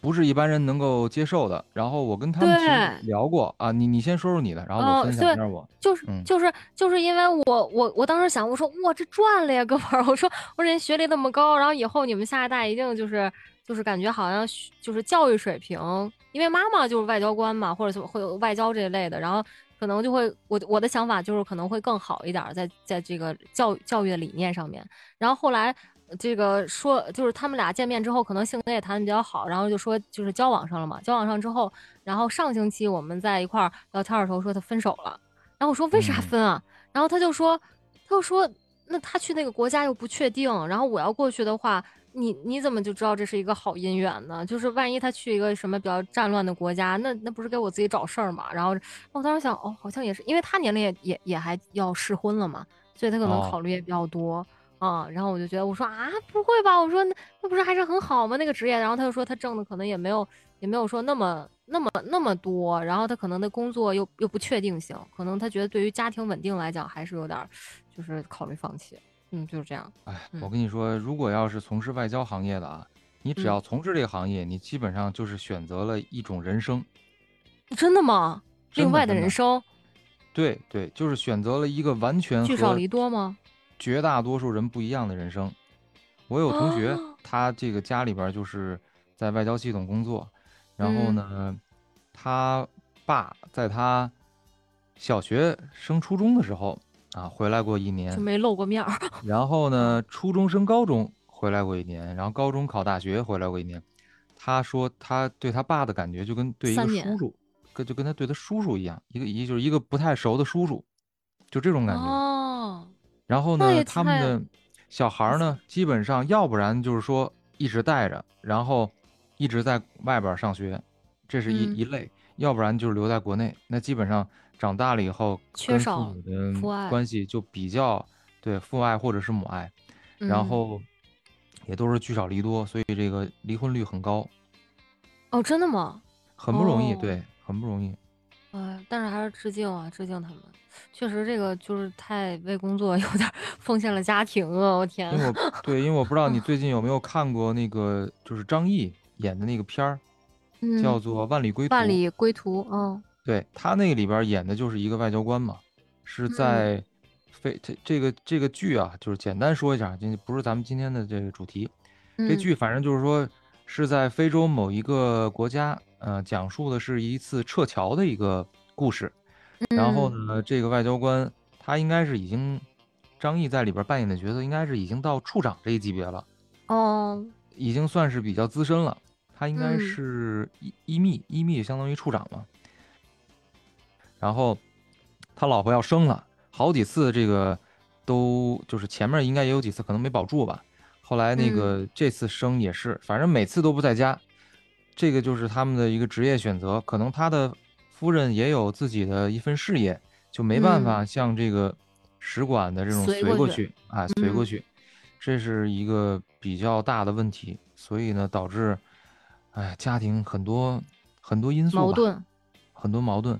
S1: 不是一般人能够接受的。然后我跟他们其实
S2: 对
S1: 聊过啊，你你先说说你的，然后
S2: 哦
S1: 我分享
S2: 对
S1: 一下我。
S2: 就是
S1: 嗯
S2: 就是就是因为我我我当时想，我说哇这赚了呀，哥们儿，我说我说人学历那么高，然后以后你们下一代一定就是就是感觉好像学就是教育水平，因为妈妈就是外交官嘛，或者就会有外交这一类的，然后可能就会我我的想法就是可能会更好一点儿，在在这个教教育的理念上面。然后后来呃这个说，就是他们俩见面之后，可能性格也谈的比较好，然后就说就是交往上了嘛。交往上之后，然后上星期我们在一块儿聊天的时候说他分手了，然后我说为啥
S1: 嗯
S2: 分啊？然后他就说他又说，那他去那个国家又不确定，然后我要过去的话，你你怎么就知道这是一个好姻缘呢？就是万一他去一个什么比较战乱的国家，那那不是给我自己找事儿嘛？然后我当时想，哦，好像也是，因为他年龄也也也还要适婚了嘛，所以他可能
S1: 哦
S2: 考虑也比较多。啊、然后我就觉得，我说啊，不会吧？我说那那不是还是很好吗？那个职业，然后他就说他挣的可能也没有也没有说那么那么那么多，然后他可能的工作又又不确定性，可能他觉得对于家庭稳定来讲还是有点儿就是考虑放弃，嗯，就是这样，
S1: 哎，我
S2: 嗯
S1: 跟你说，如果要是从事外交行业的啊，你只
S2: 嗯
S1: 要从事这个行业，你基本上就是选择了一种人生，
S2: 真的吗？
S1: 真
S2: 另外
S1: 的
S2: 的
S1: 真
S2: 人生
S1: 对对，就是选择了一个完全
S2: 聚少
S1: 和
S2: 离多吗？
S1: 绝大多数人不一样的人生。我有同学，
S2: 哦
S1: 他这个家里边儿就是在外交系统工作，然后
S2: 嗯
S1: 呢，他爸在他小学升初中的时候啊回来过一年
S2: 就，没露过面儿，
S1: 然后呢，初中升高中回来过一年，然后高中考大学回来过一年。他说他对他爸的感觉就跟对一个
S2: 三
S1: 叔
S2: 年
S1: 叔，跟就跟他对他叔叔一样，一个一就是一个不太熟的叔叔，就这种感觉。
S2: 哦，
S1: 然后
S2: 那
S1: 呢，
S2: 也
S1: 他们
S2: 太
S1: 的小孩儿呢，基本上要不然就是说一直带着，然后一直在外边儿上学，这是一、
S2: 嗯
S1: 一类；要不然就是留在国内。那基本上长大了以后，
S2: 缺
S1: 跟
S2: 少
S1: 父母的
S2: 父爱
S1: 关系就比较对父爱或者是母爱，然
S2: 嗯
S1: 后也都是聚少离多，所以这个离婚率很高，
S2: 哦，真的吗？
S1: 很不容易，
S2: 哦
S1: 对，很不容易。
S2: 哎，但是还是致敬啊，致敬他们。确实，这个就是太为工作 有点儿奉献了家庭啊！我天
S1: 因，为我对，因为我不知 道你最近有没有看过那个，就是张译演的那个片儿，
S2: 嗯，
S1: 叫做《万里归途》。
S2: 万里归途，嗯，
S1: 对他那里边儿演的就是一个外交官嘛，
S2: 嗯
S1: 是在非这这个这个剧啊，就是简单说一下，这不是咱们今天的这个主题。这
S2: 嗯
S1: 剧反正就是说是在非洲某一个国家，呃，讲述的是一次撤侨的一个故事。然后
S2: 嗯
S1: 呢，这个外交官他应该是已经，张译在里边扮演的角色应该是已经到处长这一级别了，
S2: 哦，
S1: 已经算是比较资深了。他应该
S2: 嗯
S1: 是一一秘，一秘相当于处长嘛。然后他老婆要生了，好几次这个都就是前面应该也有几次可能没保住吧。后来那个、
S2: 嗯
S1: 这次生也是，反正每次都不在家。这个就是他们的一个职业选择，可能他的夫人也有自己的一份事业，就没办法像这个使馆的这种
S2: 嗯随
S1: 随
S2: 过
S1: 过
S2: 去
S1: 去，啊，随过
S2: 嗯
S1: 去，这是一个比较大的问题，所以呢，导致，哎，家庭很多很多因素
S2: 矛
S1: 吧，
S2: 盾，
S1: 很多矛盾，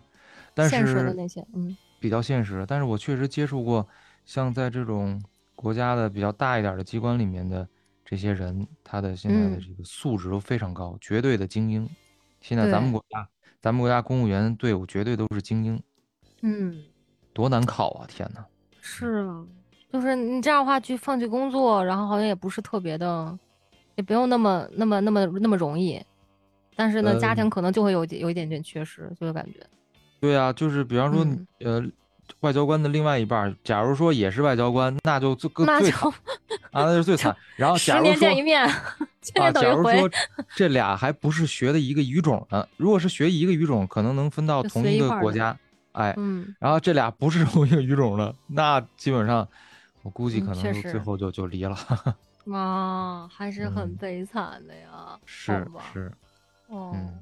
S1: 但
S2: 现实的
S1: 是
S2: 那些，嗯
S1: 比较现实。但是我确实接触过，像在这种国家的比较大一点儿的机关里面的这些人，他的现在的
S2: 嗯
S1: 这个素质都非常高，绝对的精英。现在咱们
S2: 对
S1: 国家，咱们国家公务员队伍绝对都是精英，
S2: 嗯，
S1: 多难考啊！天哪，
S2: 是啊，就是你这样的话去放弃工作，然后好像也不是特别的，也不用那么那么那么那么容易，但是呢，家庭
S1: 嗯
S2: 可能就会有有一点点缺失，就是感觉，
S1: 对啊，就是比方说你，
S2: 嗯
S1: 呃，外交官的另外一半儿，假如说也是外交官，那就最更
S2: 那
S1: 最
S2: 就
S1: 惨啊，那就最惨。然后假
S2: 十
S1: 如
S2: 年
S1: 说
S2: 见一面， 见
S1: 啊，
S2: 面等
S1: 假
S2: 于
S1: 如
S2: 回
S1: 说，这俩还不是学的一个语种呢，如果是学一个语种，可能能分到
S2: 就
S1: 同
S2: 随
S1: 一
S2: 一
S1: 个
S2: 块儿
S1: 国
S2: 的
S1: 家，哎，
S2: 嗯。
S1: 然后这俩不是同一个语种的，那基本上我估计
S2: 嗯
S1: 可
S2: 确
S1: 能就
S2: 实
S1: 最后就就离了，
S2: 啊，还是很
S1: 嗯
S2: 悲惨的呀。
S1: 是
S2: 吧
S1: 是。
S2: 哦，
S1: 嗯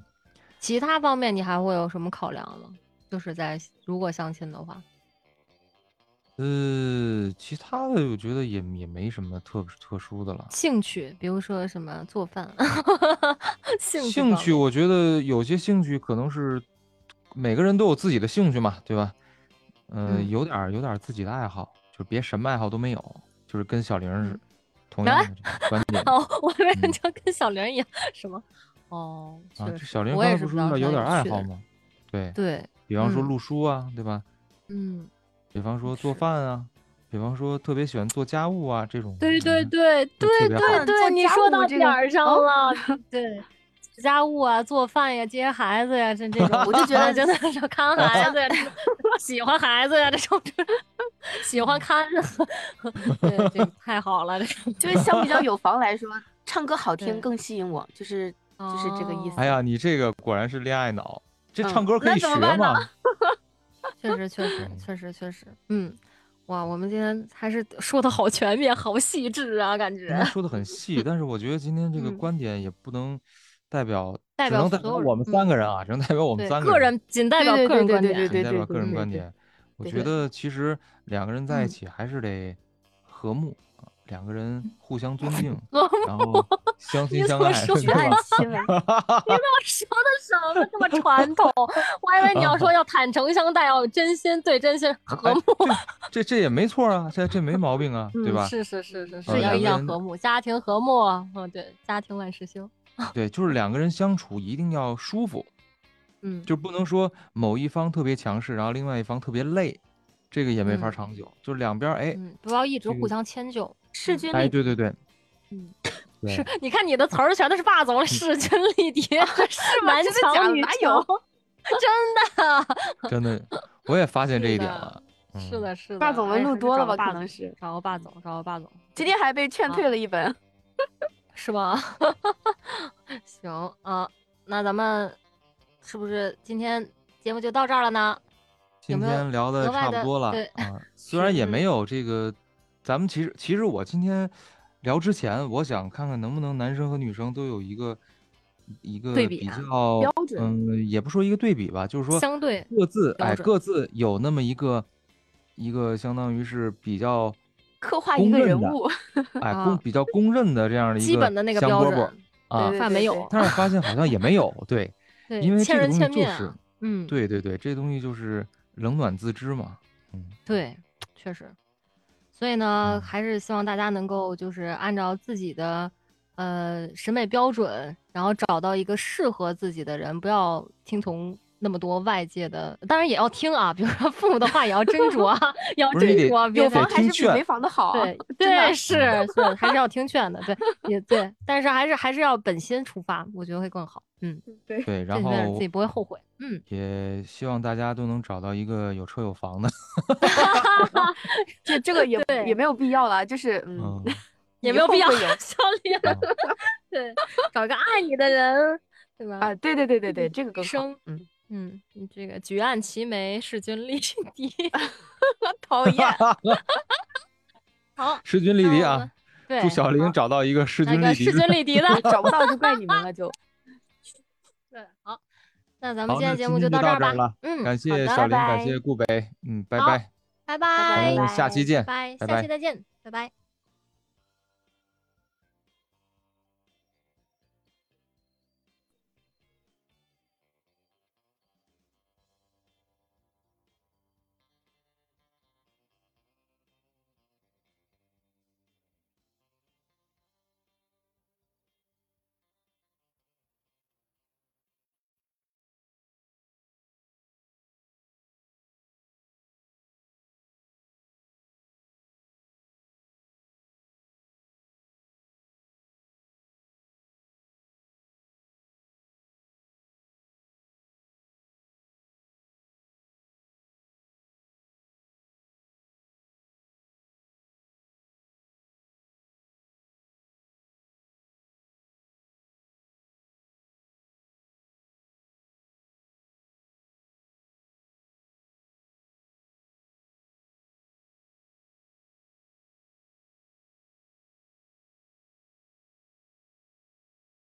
S2: 其他方面你还会有什么考量吗？就是在如果相亲的话，
S1: 呃，其他的我觉得也也没什么特特殊的了。
S2: 兴趣，比如说什么做饭， 兴趣
S1: 兴
S2: 方
S1: 趣，
S2: 面
S1: 我觉得有些兴趣可能是每个人都有自己的兴趣嘛，对吧？呃、
S2: 嗯
S1: 有点儿有点儿自己的爱好，就是别什么爱好都没有，就是跟小玲儿是
S2: 嗯
S1: 同样的这个观点
S2: 哦，我以为
S1: 嗯
S2: 就跟小玲儿一样，什么哦，
S1: 啊。
S2: 确
S1: 这
S2: 实
S1: 小玲
S2: 我
S1: 刚
S2: 也
S1: 才
S2: 是
S1: 不
S2: 比
S1: 说
S2: 较
S1: 了有
S2: 挑
S1: 点儿
S2: 有
S1: 爱
S2: 趣
S1: 好
S2: 的
S1: 吗？对，
S2: 对，
S1: 比方说
S2: 嗯
S1: 录书啊，对吧？
S2: 嗯，
S1: 比方说做
S2: 是
S1: 饭啊，比方说特别喜欢做家务啊这种。
S2: 对对
S1: 嗯
S2: 对
S1: 就
S2: 对
S1: 特别
S2: 对
S4: 好
S2: 对，
S4: 做
S2: 你
S4: 家
S2: 说
S4: 务
S2: 到
S4: 这
S2: 点
S4: 个
S2: 儿上
S4: 哦
S2: 了， 对。做家务啊，做饭呀、接孩子呀、这这种
S3: ，我就觉得
S2: 真的是看孩子呀、这种 喜欢孩子呀、这种， 这种喜欢看着， 对，这个太好了，这种
S3: 就是 相比较有房来说，唱歌好听
S2: 对
S3: 更吸引我，就是就是这个意
S2: 哦
S3: 思。
S1: 哎呀，你这个果然是恋爱脑，这
S3: 嗯
S1: 唱歌可
S3: 那
S1: 以
S3: 怎
S1: 学
S3: 么办呢
S1: 嘛？
S2: 确实确实确实确实，嗯，哇，我们今天还是说的好全面，好细致啊，感
S1: 今
S2: 觉
S1: 天。说的很细，但是我觉得今天这个
S2: 嗯
S1: 观点也不能代表，
S2: 代
S1: 只
S2: 表
S1: 能代
S2: 所
S1: 表
S2: 有人嗯
S1: 我们三个人啊，只能代表我们
S2: 对
S1: 三
S2: 个
S1: 人，
S2: 人，仅代表
S3: 对
S2: 个人观点。
S3: 对
S1: 仅代表
S3: 对
S1: 个人
S2: 嗯
S1: 观
S3: 对
S1: 点。我
S3: 对
S1: 觉得其实两个人在一
S2: 嗯
S1: 起还是得和睦，啊，两个人互相尊 敬，
S2: 我
S1: 然后相
S2: 嗯 你
S1: 亲相
S2: 怎么
S1: 爱，
S2: 说
S1: 对
S3: 举案
S1: 吧？
S3: 齐眉，
S2: 说的什么这么传统？我还以为你 要说要坦诚相待，要有真心对真心
S1: 哎
S2: 和睦。
S1: 这这也没错啊，这这没毛病啊，对
S2: 嗯
S1: 吧？
S2: 是是是是
S1: 呃
S2: 是，要
S1: 两
S2: 一
S1: 个
S2: 样
S1: 人
S2: 和睦，家庭和睦啊。嗯，对，家庭万事兴。
S1: 对，就是两个人相处一定要舒服，
S2: 嗯，
S1: 就不能说某一方特别强势，然后另外一方特别累，这个也没法
S2: 嗯
S1: 长久。就两边儿哎，
S2: 嗯，不要一直
S1: 这个
S2: 互相迁就。
S3: 势均
S1: 哎，
S3: 力
S1: 对对 对，
S2: 嗯，
S1: 对嗯
S2: 是，你看你的词儿全都是霸总，势均力敌，是
S4: 啊吗
S2: 男
S4: 真的假
S2: 强
S4: 的
S2: 女
S4: 哪
S2: 强
S4: 有？
S2: 真的，
S1: 真的，我也发现这
S2: 是
S1: 一点
S2: 的
S1: 了。
S2: 是
S1: 嗯，
S2: 的，是的。
S4: 霸总
S2: 哎
S4: 们录
S2: 还是
S4: 多了
S2: 找个
S4: 吧？
S2: 霸
S4: 可
S2: 总
S4: 能是。嗯
S2: 找个霸总，找个霸总，
S4: 今天还被劝退了一本。
S2: 是吗？ 行啊，那咱们是不是今天节目就到这儿了呢？有
S1: 今
S2: 没有
S1: 天聊的
S2: 额外
S1: 差不
S2: 的
S1: 多了
S2: 对
S1: 啊，虽然也没有这个，咱们其实其实我今天聊之前，我想看看能不能男生和女生都有一个一个
S2: 对比
S1: 比
S2: 啊
S1: 较
S4: 标准
S1: 嗯，也不说一个对比吧，就是说
S2: 相对
S1: 各自
S2: 标
S1: 哎
S2: 准
S1: 各自有那么一个一个相当于是比 较
S4: 刻画一
S1: 公
S4: 个
S1: 认
S4: 人
S1: 的
S4: 物，
S1: 哎
S2: 啊
S1: 公比较公认的这样的一
S2: 基本的那个
S1: 香
S2: 标
S1: 饽饽
S2: 准，
S1: 啊
S4: 对，
S2: 饭
S4: 对
S2: 没
S4: 对
S2: 有，
S1: 但是发现好像也没有对，
S2: 对，
S1: 因为这
S2: 千
S1: 个
S2: 人
S1: 东西
S2: 千
S1: 就
S2: 面
S1: 是
S2: 啊。嗯，
S1: 对对对，这东西就是冷暖自知嘛。嗯，
S2: 对，确实。所以呢，
S1: 嗯
S2: 还是希望大家能够就是按照自己的呃审美标准，然后找到一个适合自己的人，不要听从那么多外界的，当然也要听啊，比如说父母的话也要斟酌啊， 也要
S1: 不是你
S2: 斟
S1: 得
S2: 酌啊，别
S4: 有
S1: 得
S4: 房
S2: 往
S4: 还
S1: 听
S4: 是比
S1: 劝
S4: 没房的 好。
S2: 对
S4: 真的
S2: 对是，所以还是要听劝的，对也对，但是还是还是要本心出发，我觉得会更好，嗯，
S4: 对，
S1: 对，
S2: 这
S1: 然
S2: 样
S1: 后
S2: 自己不会后悔，嗯，
S1: 也希望大家都能找到一个有车有房的。
S4: 这这个也不
S2: 对
S4: 也没有必要了，就是嗯
S1: 嗯，，
S2: 也
S4: 以
S2: 没有
S4: 后
S2: 必要
S4: 会有
S2: 小李，
S1: 嗯
S2: 对，找个爱你的人，对吧？
S4: 啊，对对对对对，这个
S2: 一
S4: 更好。
S2: 生，
S4: 嗯，
S2: 嗯，你这个举案齐眉，势均力 敌。
S4: 讨 厌，
S2: 好，
S1: 势均力
S2: 那
S1: 敌
S2: 我
S1: 啊
S2: 们！对，
S1: 祝小玲找到一个势
S2: 那
S1: 均
S2: 个
S1: 力敌
S2: 势均
S1: 的。
S2: 力 敌的。
S4: 找不到就怪你们了，就。
S2: 对，好，那咱们
S1: 好，
S2: 今
S1: 那
S2: 天节目
S1: 今天就
S2: 到这
S1: 到这
S2: 儿吧
S1: 儿。了，
S2: 嗯，
S1: 感谢
S2: 好
S1: 小玲，
S2: 的，
S4: 拜
S1: 感
S4: 拜
S1: 谢顾北，嗯，拜
S2: 好
S1: 拜，
S2: 拜
S1: 咱
S2: 拜
S1: 们下期见。
S2: 拜，
S1: 拜
S2: 下
S1: 拜
S2: 期再见，拜拜。